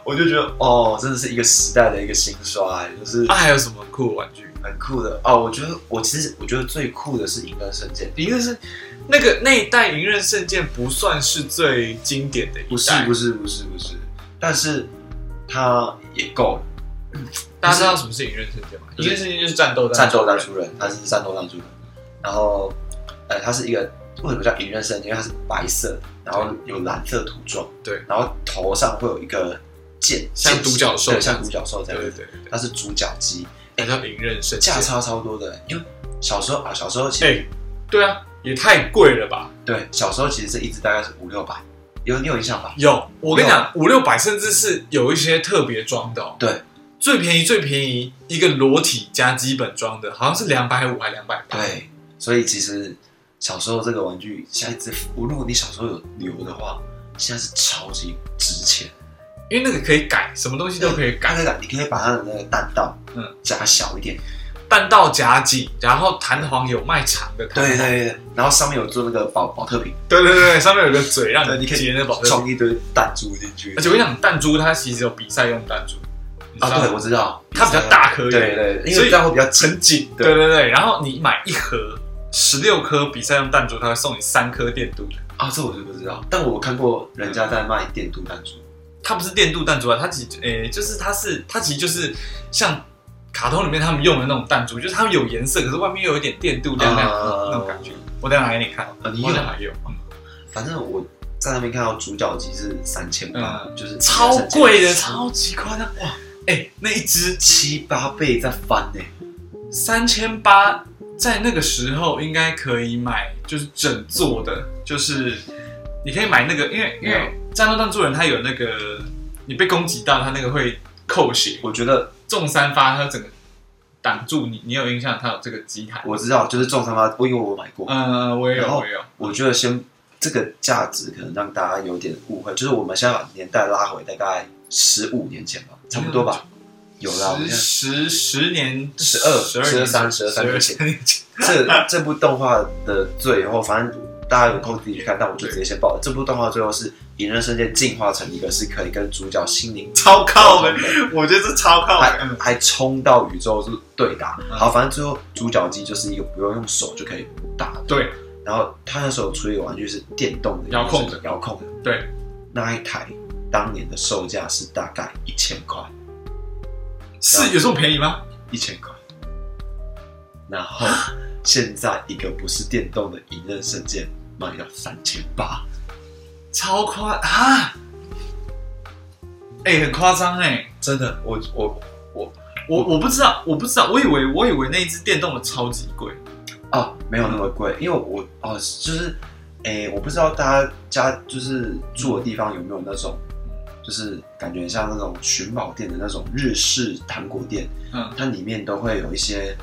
我就觉得哦，真的是一个时代的一个兴衰，就是
啊，还有什么酷的玩具？
很酷的哦。我觉得我其实我觉得最酷的是银根圣剑，
银刃圣，那个那一代银刃圣剑不算是最经典的一代，
不是不是不是不是，但是它也够了。
大家知道什么是隐刃圣剑吗？
就
隐
是
刃圣剑就是战斗
战斗
弹
弹，珠人，他是战斗弹珠人。然后，呃，他是一个为什么叫银刃圣？因为它是白色的，然后有蓝色涂装，
对
然后头上会有一个剑，
像
剑
独角兽
对，
这样
像独角兽这
对
样
对
子。
对，
它是主角机，
那叫隐刃圣剑
价。差超多的。因为小时候啊，小时候其实、
哎，对啊，也太贵了吧？
对，小时候其实这一只大概是五六百，有你有印象吧？
有，我跟你讲，五六百甚至是有一些特别装的哦。
啊对，
最便宜最便宜一个裸体加基本装的，好像是两百五还两百八。
对，所以其实小时候这个玩具，现在这如果你小时候有留的话，现在是超级值钱。
因为那个可以改，什么东西都可以
刚
改。
才讲，你可以把它的那个弹道，
嗯
嗯，加小一点，
弹道夹紧，然后弹簧有卖长的弹簧，
对对对对，然后上面有做那个保保特瓶，
对对对，上面有个嘴让
对，
你
你可
接
以
那保证。
装一堆弹珠进去。
而且我跟你讲，弹珠它其实有比赛用弹珠，你知道
啊，对，
吗
我知道，
它比较大颗一点
对对，因
所以
为弹会比较沉紧，
对对对，然后你买一盒十六颗比赛用弹珠，它会送你三颗电镀的。
啊，这我就不知道，但我看过人家在卖电镀弹珠，
它不是电镀弹珠啊，它其实诶、就是它是它其实就是像卡通里面他们用的那种弹珠，就是它有颜色，可是外面又有一点电镀亮亮的那种感觉。我等一下拿给你看，
啊，你
我等
有
一？下还有，嗯
反正我在那边看到主角机是三千八，就是
嗯超贵的，
3000
超级夸张哇！哎、那一只
七八倍在翻呢、
三千八，在那个时候应该可以买，就是整座的，就是你可以买那个，因为因
嗯
为战斗弹珠人他有那个，你被攻击到他那个会扣血，
我觉得
中三发他整个挡住你，你有印象他有这个机台？
我知道，就是重伤发，因为我买过。
呃，我也有，
然后
我也有，
我觉得先这个价值可能让大家有点误会，就是我们现在把年代拉回大概十五年前吧，差不多吧，有啦。
十
我现在
十十年，
十二
十二
十二
年
三十二三
12
年前
年前，
这 这部动画的最后，反正大家有空自己去看，但我就直接先报了。这部动画最后是隐刃圣剑进化成一个是可以跟主角心 灵
超靠
的
的，，我嗯觉得这超靠
还
的，
还冲到宇宙是对打。
啊
好，反正最后主角机就是一个不用用手就可以打的。
对
然后他那时候出一个玩具是电动的，
遥控的
就是遥控的。
对，
那一台当年的售价是大概一千块，
是有这么便宜吗？
一千块。然后现在一个不是电动的隐刃圣剑卖到三千八，
超夸啊！哎、很夸张哎！
真的，我我
我我不知道，我不知道，我以为我以为那一只电动的超级贵，
哦没有那么贵，因为我哦就是，诶，我不知道大家家就是住的地方有没有那种，就是感觉像那种寻宝店的那种日式糖果店，
嗯，
它里面都会有一些，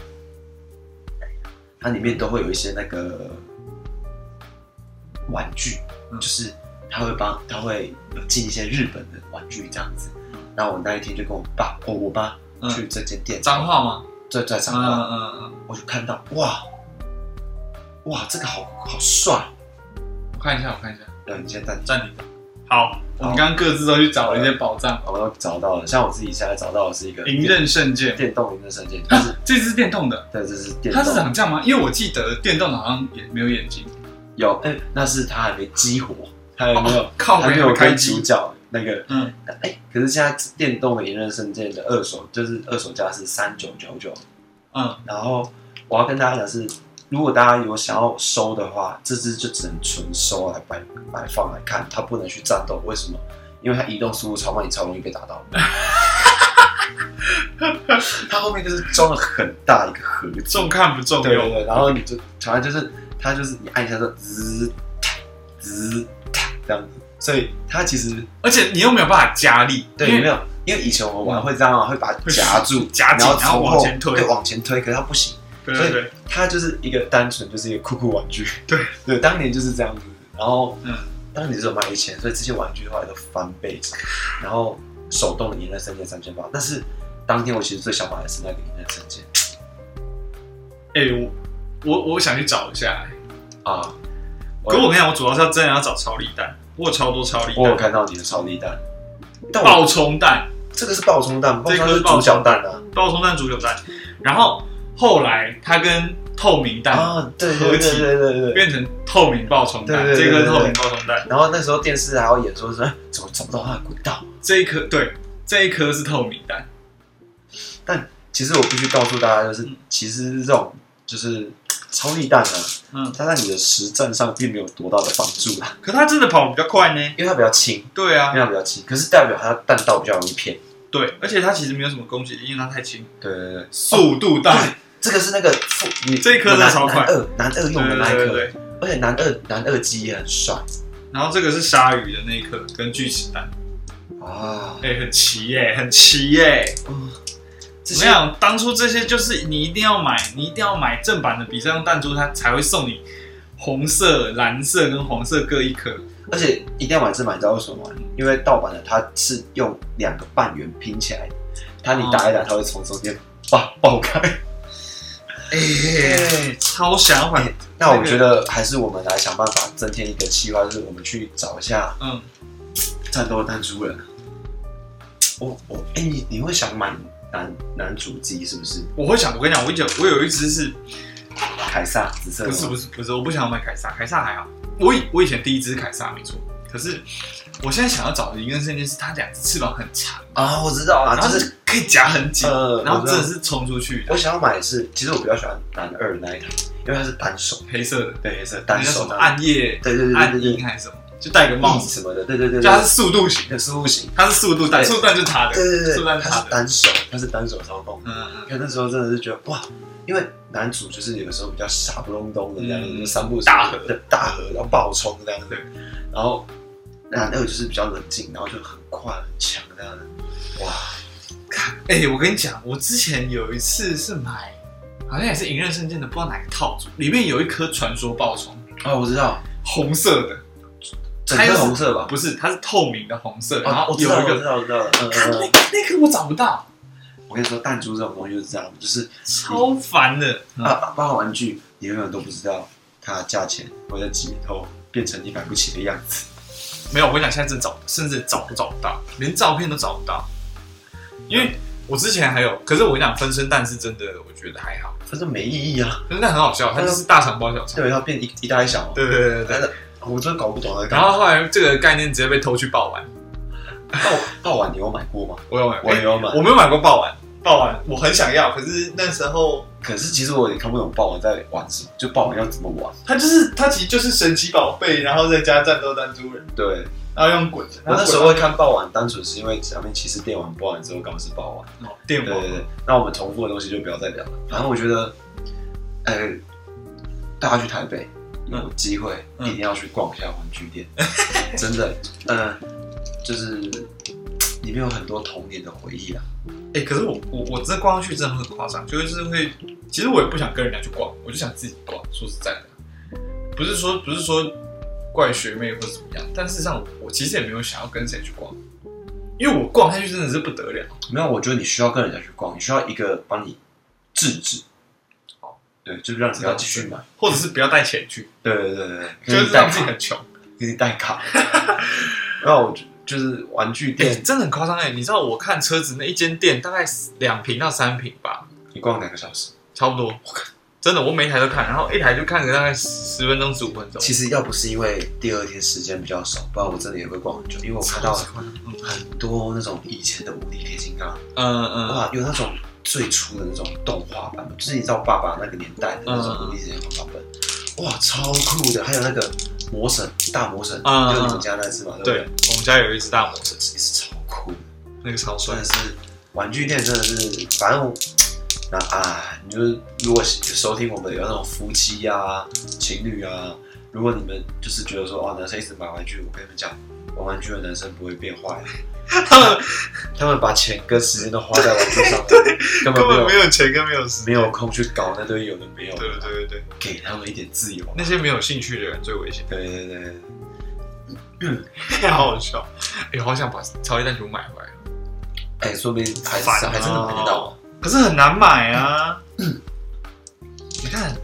它里面都会有一些那个玩具，
嗯
就是他会帮他会有进一些日本的玩具这样子
嗯。
然后我那一天就跟我爸，哦，我爸
嗯
去这间店，
脏话吗？
在在彰
嗯
化，
嗯嗯，
我就看到哇，哇，这个好好帅！
我看一下，我看一下，
然后你先暂停，
暂停。好，我们刚刚各自都去找了一些宝藏，
我都找到了，像我自己现在找到的是一个
银刃圣剑，
电动银刃神剑，就
啊
是
这只是电动的，
对，这是电
它是
动
长这样吗？因为我记得电动的好像也没有眼睛，
有，哎，那是他还没激活，他还没有
哦靠
还
没
没有
开
跟主
机，
角那个，
嗯
嗯，哎，可是现在电动的银刃圣剑的二手就是二手价是三九九九，
嗯，
然后我要跟大家讲是，如果大家有想要收的话，这只就只能纯收来摆摆放来看，它不能去战斗，为什么？因为它移动速度超慢，你超容易被打 到。它后面就是装了很大一个盒子，
重看不重
对对
用，
对，然后你就反正就是它就是你按一下就滋嗒滋嗒这样子，所以它其实
而且你又没有办法加力，
对
因
有
为
没有？因为以前我们玩会这样啊，会把它夹住，
夹紧
然后
然后
从
往
后
前推
对，往前推，可是它不行，
对
所
对
以
对，
它就是一个单纯就是一个酷酷玩具。
对
对，当年就是这样子，然后
嗯
嗯，当年只有卖一千，所以这些玩具后来都翻倍，然后手动的赢了三千三千八，但是当天我其实最想买的是那个赢了三千
哎、我我我想去找一下、
啊，
可我跟你讲，我主要是要真的要找超力蛋，我有超多超力
我有
蛋，
看到你的超力蛋，但我
爆冲蛋、
这个是爆冲蛋，爆
这
冲
个
蛋
是
是主角蛋啊
爆冲蛋、足球蛋，然后后来它跟透明蛋、
啊，对
合
对
体
对对对对
变成透明爆冲蛋，
对对对
这颗
对
透明
对
爆冲蛋，
然后那时候电视还要演说是哎怎么找不到他的轨道？
这一颗对，这一颗是透明蛋，
但其实我必须告诉大家，就是
嗯
其实这种就是超力蛋啊，
嗯，
它在你的实战上并没有多大的帮助啦，
可它真的跑得比较快呢。
因为它比较轻，因
对啊
为，它比较轻，可是代表它弹道比较容易偏。
对，而且它其实没有什么攻击力，因为它太轻。
对对对，哦
速度蛋，
这个是那个副你
这一颗真的
男
超快
男二男二
对
用的那一
对对
颗，
对。
而且男二男二机也很帅
然后这个是鲨鱼的那一颗跟锯齿蛋，
啊。
哎、很齐耶、很齐耶、
嗯这
我
些
想当初这些就是你一定要买，你一定要买正版的比赛用弹珠，它才会送你红色、蓝色跟黄色各一颗。
而且一定要买正版，你知道为什么吗？因为盗版的它是用哦两个半圆拼起来的，它你打一打，它会从中间爆爆开。
哎、超想要买，
那我觉得还是我们来想办法增添一个计划，就是我们去找一下
嗯，
战斗弹珠人。我我哎、你你会想买男男主机是不是？
我会想，我跟你讲，我有我有一只是
凯撒紫色的
不
吗
是不是不是，我不想要买凯撒，凯撒还好。我以我以前第一只是凯撒没错，可是我现在想要找的一个瞬间是它两只翅膀很长，
啊，我知道啊，
然后
就是是
可以夹很紧，
呃
然后
我知
真
道
的是冲出去
我
的，
想要买的是，其实我比较喜欢男二那一台，因为它是单手，
黑色的，
对，是
那
单
叫什
手
么
的，
暗夜
对对对
暗
对对
影
对，
还是什么，就戴个帽
帽
子，
什么的，对对对
就它是
对，
速度型，
那速度型，
它是速度弹，
对
速度弹就是它的，
对对
速度
对，
弹
它
是它
是
的，
单手，它是单手操控。
嗯，
看那时候真的是觉得哇，因为男主就是有时候比较傻不隆咚的这样子，
嗯
就是三步
大河
对大河，然后暴冲这样子
对，
然后男二就是比较冷静，然后就很快很强这样子。哇，
哎、我跟你讲，我之前有一次是买，好像也是银刃圣剑的，不知道哪个套组，里面有一颗传说爆虫，
哦，我知道，
红色的。
整个红色吧？
不是，它是透明的红色，然
哦，
后
我知
有
道，
一
我知
个，
道，我知道了。嗯
看
嗯
那
嗯，
个那个我找不到，
我跟你说，弹珠这种东西就是这样，就是
超烦的。
啊，包括玩具，你永远都不知道它价钱或者几头变成你买不起的样子。
没有，我跟你讲，现在真的找，甚至找都找不到，连照片都找不到。因为我之前还有，可是我跟你讲，分身蛋是真的，我觉得还好，
反正没意义啊，
分身蛋很好笑，它就是大肠包小肠。
对，它变一一大一小嘛。
对对对对对。
但是我真的搞不懂啊。
然后后来这个概念直接被偷去爆丸，
爆爆碗你有买过吗？
我有买，
我也有买
哎我没有买过爆丸，爆丸我很想要，可是那时候
可是其实我也看不懂爆碗在玩什么，就爆碗要怎么玩。
它就是它其实就是神奇宝贝，然后再加战斗弹珠人，
对，
然后用滚的。
我
然后滚
那时
到
候会看爆碗，单纯是因为咱们其实电玩播完之后刚好是爆碗。
哦电
对
网
对对，那我们重复的东西就不要再聊了。反正我觉得，呃，大家去台北有机会、
嗯
一定要去逛一下玩具店， 真的，呃，就是里面有很多童年的回忆啊。
哎、可是我我我真的逛上去真的很夸张，就是会，其实我也不想跟人家去逛，我就想自己逛。说实在的，不是说不是说怪学妹或者怎么样，但事实上我我其实也没有想要跟谁去逛，因为我逛下去真的是不得了。
没有，我觉得你需要跟人家去逛，你需要一个帮你制止。
哦
对，就是让你不要继续买。
或者是不要带钱去，
对对对对，
就
给
是
你带
让自己
卡，
很穷。
给你带卡。 那我就就是玩具
哎、
店，
真的很夸张哎！你知道我看车子那一间店大概两平到三平吧，
你逛两个小时。
差不多。真的，我每一台都看，然后一台就看个大概十分钟、十五分钟。
其实要不是因为第二天时间比较少，不然我真的也会逛很久。因为我看到
超级夸张嗯
很多那种以前的无敌铁金刚，
嗯嗯，
哇，有那种最初的那种动画版本，就是你知道爸爸那个年代的那种无敌铁金刚版本，哇，超酷的。还有那个魔神大魔神，
嗯
就是你们家那只嘛，对不
对
对？，
我们家有一只大魔神，
这是是超酷的。
那个超帅
算。是玩具店，真的是，反正我那啊，你就是如果收听我们有那种夫妻啊、情侣啊，如果你们就是觉得说哦，男生一直买玩具，我跟你们讲，玩玩具的男生不会变坏，
他们
嗯 他们把钱跟时间都花在玩具上了，根 本
根
没
本
有
没有钱跟没有时
没
间。
有空去搞那堆有的没有的，
对对对对，
给他们一点自由。啊
那些没有兴趣的人最危 险，
对对对，啊
好好笑。哎、好想把超级弹球买回来，
哎、说不定还是
烦啊
还真的买得到，
可是很难买啊。
嗯
你看，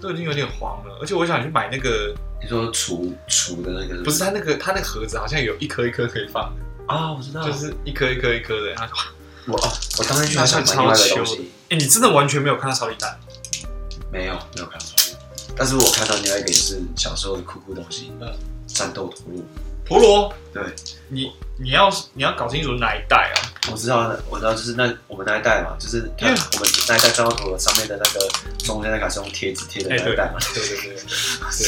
都已经有点黄了，而且我想去买那个，
你说厨厨的那个
不是它那个它那个盒子好像有一颗一颗可以放的，
啊，我知道，
就是一颗一颗一颗的。它
我哦，我当天去还想买另外的东西。
哎、你真的完全没有看到超级蛋，
没有，没有看到。但是我看到另外一个也是小时候的酷酷东西，呃
嗯
战斗陀螺。
陀螺。
对，
你你要你要搞清楚哪一代啊？
我知道，我知道，就是那我们那一代嘛，就是它
Yeah
我们那一代战斗陀螺上面的那个中间那个是用贴纸贴的
哎、
那
对
一代嘛。
对对对对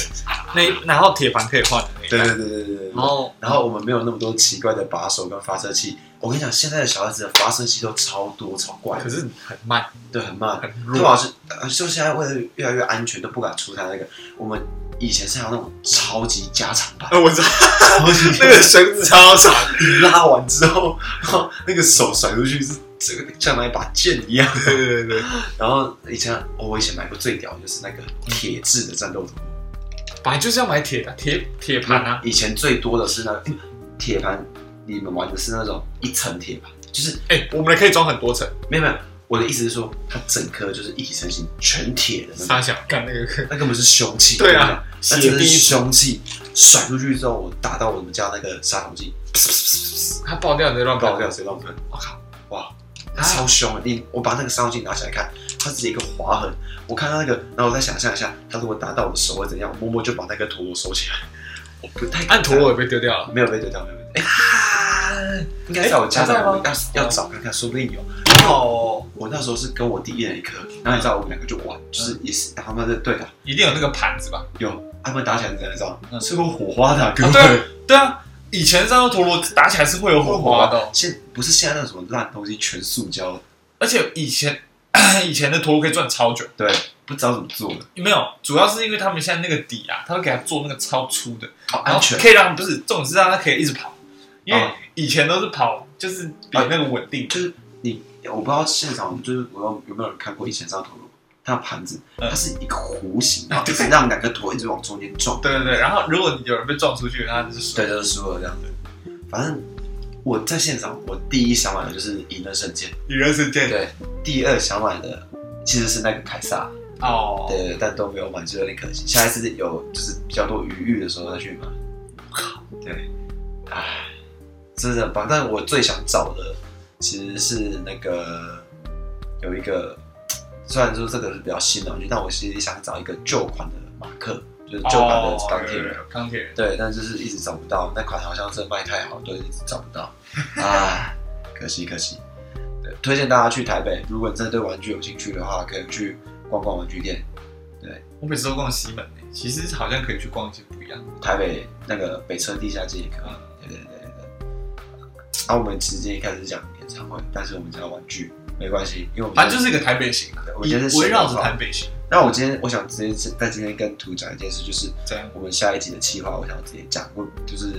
对，那然后铁盘可以换的那一代
对对对对对对。
然后
然后我们没有那么多奇怪的把手跟发射器。我跟你讲，现在的小孩子的发射器都超多超怪的，
可是很慢，
对很慢。
很
杜老
弱。
师，呃就现在为了越来越安全，都不敢出他那个。我们以前是还有那种超级加长版，
哎， 我知道
超级
那个绳子超长，
你拉完之后，然后那个手甩出去是这个像那一把剑一样。
对对对，
然后以前、哦我以前买过最屌的就是那个铁质的战斗陀螺，
本来就是要买铁的铁铁盘啊，
以前最多的是那个哎铁盘，你们玩的是那种一层铁盘，就是
嗯哎，我们的可以装很多层，
没有没有，我的意思是说，它整颗就是一体成型，全铁的那种，
傻小
干那个
那根本是凶器。
对啊
我跟你讲，那真
血
的
滴
是凶器。甩出去之后，我打到我们家那个杀虫剂，
它爆掉直接乱
爆
爆
掉
掉，
谁乱喷？我靠，哇，
啊
超凶的！你我把那个杀虫剂拿起来看，它只是一个划痕。我看到那个，然后我再想象一下，它如果打到我的手会怎样？我默默就把那个陀螺收起来。我不太敢
按陀螺也被丢掉了。
没有被丢掉，没有被丢掉。
啊
哎，应该在我家
还在
的，
吗
我要要找看看，说不定有。然
哦
后我那时候是跟我弟一人一颗，然后你知道我们两个就玩，就是也是他们在对打，
一定有那个盘子吧？
有他们打起来是怎样，你知道吗？
嗯
是会火花的啊，各
啊，
位。
对 啊，对啊，以前三号陀螺打起来是会有火花的哦，
现不是现在那种什么烂东西，全塑胶，
而且以前 以前的陀螺可以转超久，
对，不知道怎么做的，
没有，主要是因为他们现在那个底啊，他会给它做那个超粗的，
好安全
然后。可以让不是重点是让它可以一直跑，因为
啊
以前都是跑，就是比那个稳定。
就是你，我不知道现场就是我有有没有人看过以前上陀螺，它的盘子
嗯
它是一个弧形， 然后一直让两个头一直往中间撞，
对对对，然后如果你有人被撞出去，那就是
对，就是输了这样子。反正我在现场，我第一想买的就是赢了圣剑，
你认识见
对，第二想买的其实是那个凯撒，
哦，
对对，但都没有买，就有点可惜。下一次有就是比较多余裕的时候再去买。对，唉，真的很棒。但我最想找的其实是那个有一个，虽然说这个是比较新的玩具，但我其实想找一个旧款的马克，就是旧款的
哦
钢铁
有
人
有。有钢铁人，
对，但就是一直找不到，那款好像是卖太好，就一直找不到，啊，可惜可惜。对，推荐大家去台北，如果你真的对玩具有兴趣的话，可以去逛逛玩具店。
我每次都逛西门诶，其实好像可以去逛一些不一样的。
台北那个北车地下街也可以。对对对对对。啊，我们直接一开始讲演唱会，但是我们讲玩具没关系，因为我们
反正就是一个台北型啊
对，我
以
觉得是
围绕着
闲话
台北型，
那我今天我想直接在今天跟图讲一件事，就是
这样
我们下一集的计划，我想直接讲，我就是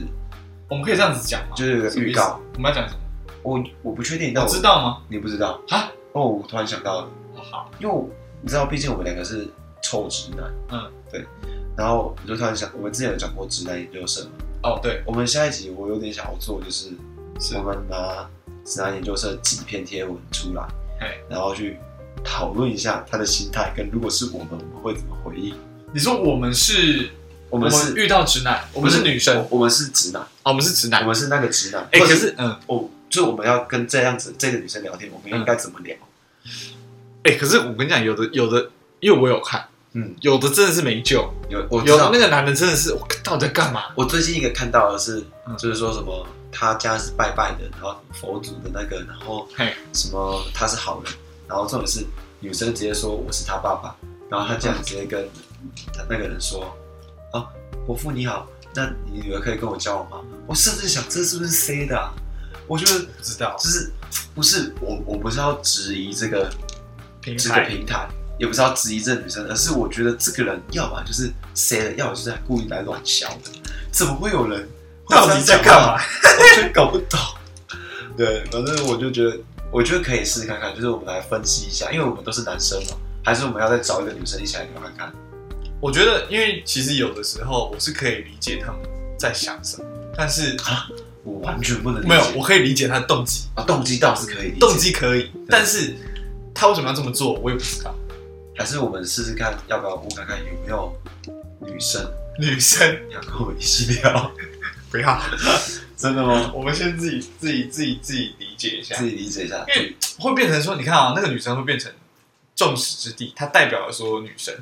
我们可以这样子讲吗？
就是有个
什么意
预
思
告，，
我们要讲什么？
我我不确定，但
我
我
知道吗？
你不知道
啊？
哦，我突然想到了。
哦好，
因为我你知道，毕竟我们两个是臭直男，
嗯，
对。然后我就突然想，我们之前有讲过直男研究社嘛，
哦对，
我们下一集我有点想要做，就是
是
我们拿直男研究社几篇贴文出来
嘿，
然后去讨论一下他的心态，跟如果是我们，我们会怎么回应。
你说我们是，
我们是
遇到直男，我们是女生，
我我们是直男，
哦我们是直男
我。们是那个直男。
哎，
或
可
者
是嗯，
我就是我们要跟这样子这个女生聊天，我们应该怎么聊？
哎，可是我跟你讲，有的有的，因为我有看，
嗯，
有的真的是没救，
有我知
有的
道
那个男的真的是，我到底在干嘛？
我最近一个看到的是，
嗯
就是说什么他家是拜拜的，然后佛祖的那个，然后
嘿，
什么他是好人，然后重点是女生直接说我是他爸爸，然后他这样直接跟他那个人说，啊，伯父你好，那你女儿可以跟我交往吗？我甚至想这是不是 C 的、啊？我觉得
不知道
就是不是我我不是要质疑这个
平
这个
台
平台，也不是要质疑这个女生，而是我觉得这个人要么就是谁的，要么就是故意来乱想的。怎么会有人会
到底
这
在
样
干嘛？？
我真搞不懂。对，反正我就觉得，我觉得可以试试看看，就是我们来分析一下，因为我们都是男生嘛，还是我们要再找一个女生一起来聊看看？
我觉得，因为其实有的时候我是可以理解他们在想什么，但是
我完全不能理解
没有，我可以理解他的动机，
啊，动机倒是可以理解，
动机可以，但是他为什么要这么做，我也不知道。
还是我们试试看，要不要问看看有没有女生
女生
要跟我们一起聊？
不要，
真的 吗？
我们先自己自己自己自己理解一下
自，己理解一下，
因为会变成说，你看啊，那个女生会变成众矢之的，她代表了所有女生。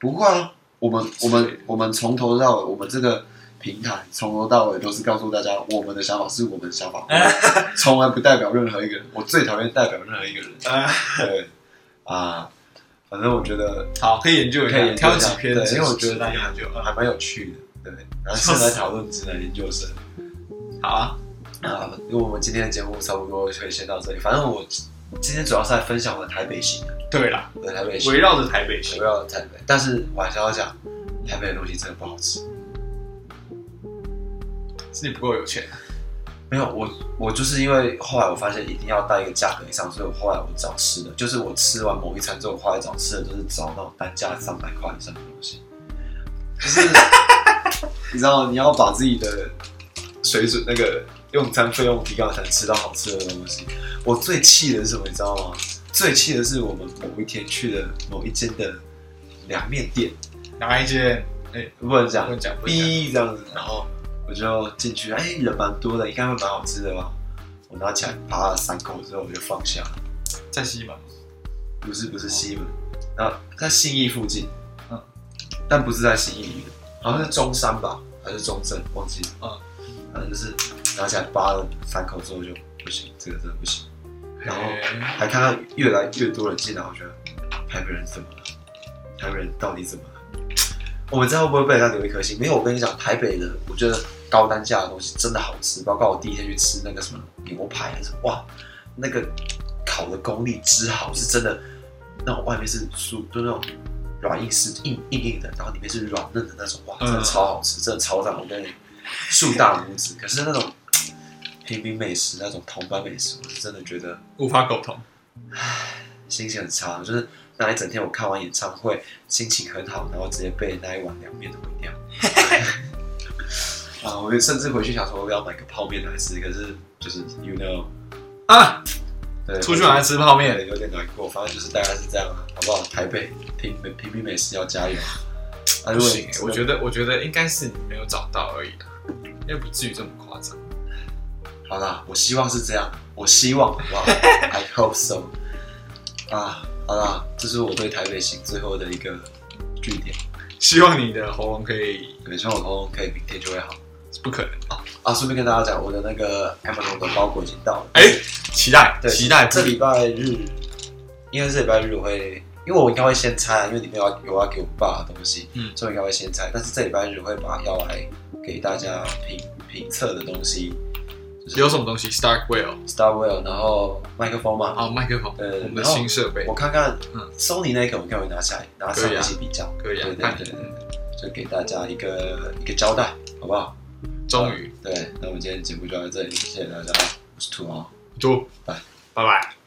不会啊，我们我们我们从头到尾，我们这个平台从头到尾都是告诉大家，我们的想法是我们的想法，
哎
我们从来不代表任何一个人。我最讨厌代表任何一个人。
啊
对啊，反正我觉得
好，可以研究一
可以
下，
研究
挑
一下
几篇
对
直，
因为我觉得
大
大
家
家
研究。
还蛮有趣的。对，然后现在讨论直男研究生
好啊，
啊，因为我们今天的节目差不多会先到这里。反正我今天主要是在分享我的台北行，啊
对 啦，
我的台北行
围，绕着台北
我
行，
要台北，但是我还是要讲，台北的东西真的不好吃。
是你不够有钱。
没有，我我就是因为后来我发现一定要带一个价格以上，所以我后来我找吃的，就是我吃完某一餐之后，我后来找吃的就是找那种单价三百块以上的东西，就是你知道你要把自己的水准那个用餐费用提高，才能吃到好吃的东西。我最气的是什么，你知道吗？最气的是我们某一天去了某一间的凉面店，
哪一间？
不能
不
讲
能讲，不能讲
逼这样子，然后我就进去，哎，人蛮多的，应该会蛮好吃的吧？我拿起来扒了三口之后，我就放下了。
在西门。
不是不是西门，然后在信义附近，
嗯
嗯，但不是在信义，好像是中山吧，还是中正，忘记了，嗯，反正就是拿起来扒了三口之后就不行，这个真的不行，然后
哎
还看到越来越多人进来，我觉得台北人怎么了？台北人到底怎么了？我们知道会不会被人家留一颗心？没有，我跟你讲，台北的我觉得高单价的东西真的好吃，包括我第一天去吃那个什么牛排，还是哇，那个烤的功力之好，是真的那种外面是酥，就那种软硬是硬硬硬的，然后里面是软嫩的那种，哇，真的
嗯
超好吃，真的超赞，我跟你竖大拇指。可是那种平民美食，那种同班美食，我是真的觉得。
无法苟同。
心情很差，就是那一整天我看完演唱会，心情很好，然后直接被那一碗凉面毁掉。 啊，我就甚至回去想说，我要买个泡面来吃，可是就是 you know，
啊，
对，
出去玩还吃泡面，
有点难过，反正就是大概是这样啊，好不好？台北平平平美食要加油。啊，
不
如果
行、我觉得，我觉得应该是你没有找到而已啦，应该不至于这么夸张。
得好啦，我希望是这样，我希望好 不好？I hope so。啊，好啦，这是我对台北行最后的一个据点，
希望你的喉咙可以，
对，希望我喉咙可以明天就会好。
不可能。
啊，顺便跟大家讲，我的那个 Amazon 的包裹已经到了。
哎、期待，
对，
期待，
这礼拜日，应该是这礼拜日我会，因为我应该会先拆，啊因为里面有要有要给我爸的东西，
嗯
所以我应该会先拆。但是这礼拜日我会把要来给大家评评测的东西，就是
有什么东西？Starkwell
Starwell，然后麦克风嘛，
啊，麦克风，
对
我们的
呃然后
新设备
我看看
嗯
Sony 那个，我看我拿下来拿上
可以
一
啊
起比较，
可以啊
对，对
看
对对对，就给大家一个一个交代，好不好？
终于
对，那我们今天节目就到这里，谢谢大家，我是兔王。
就
拜
拜拜。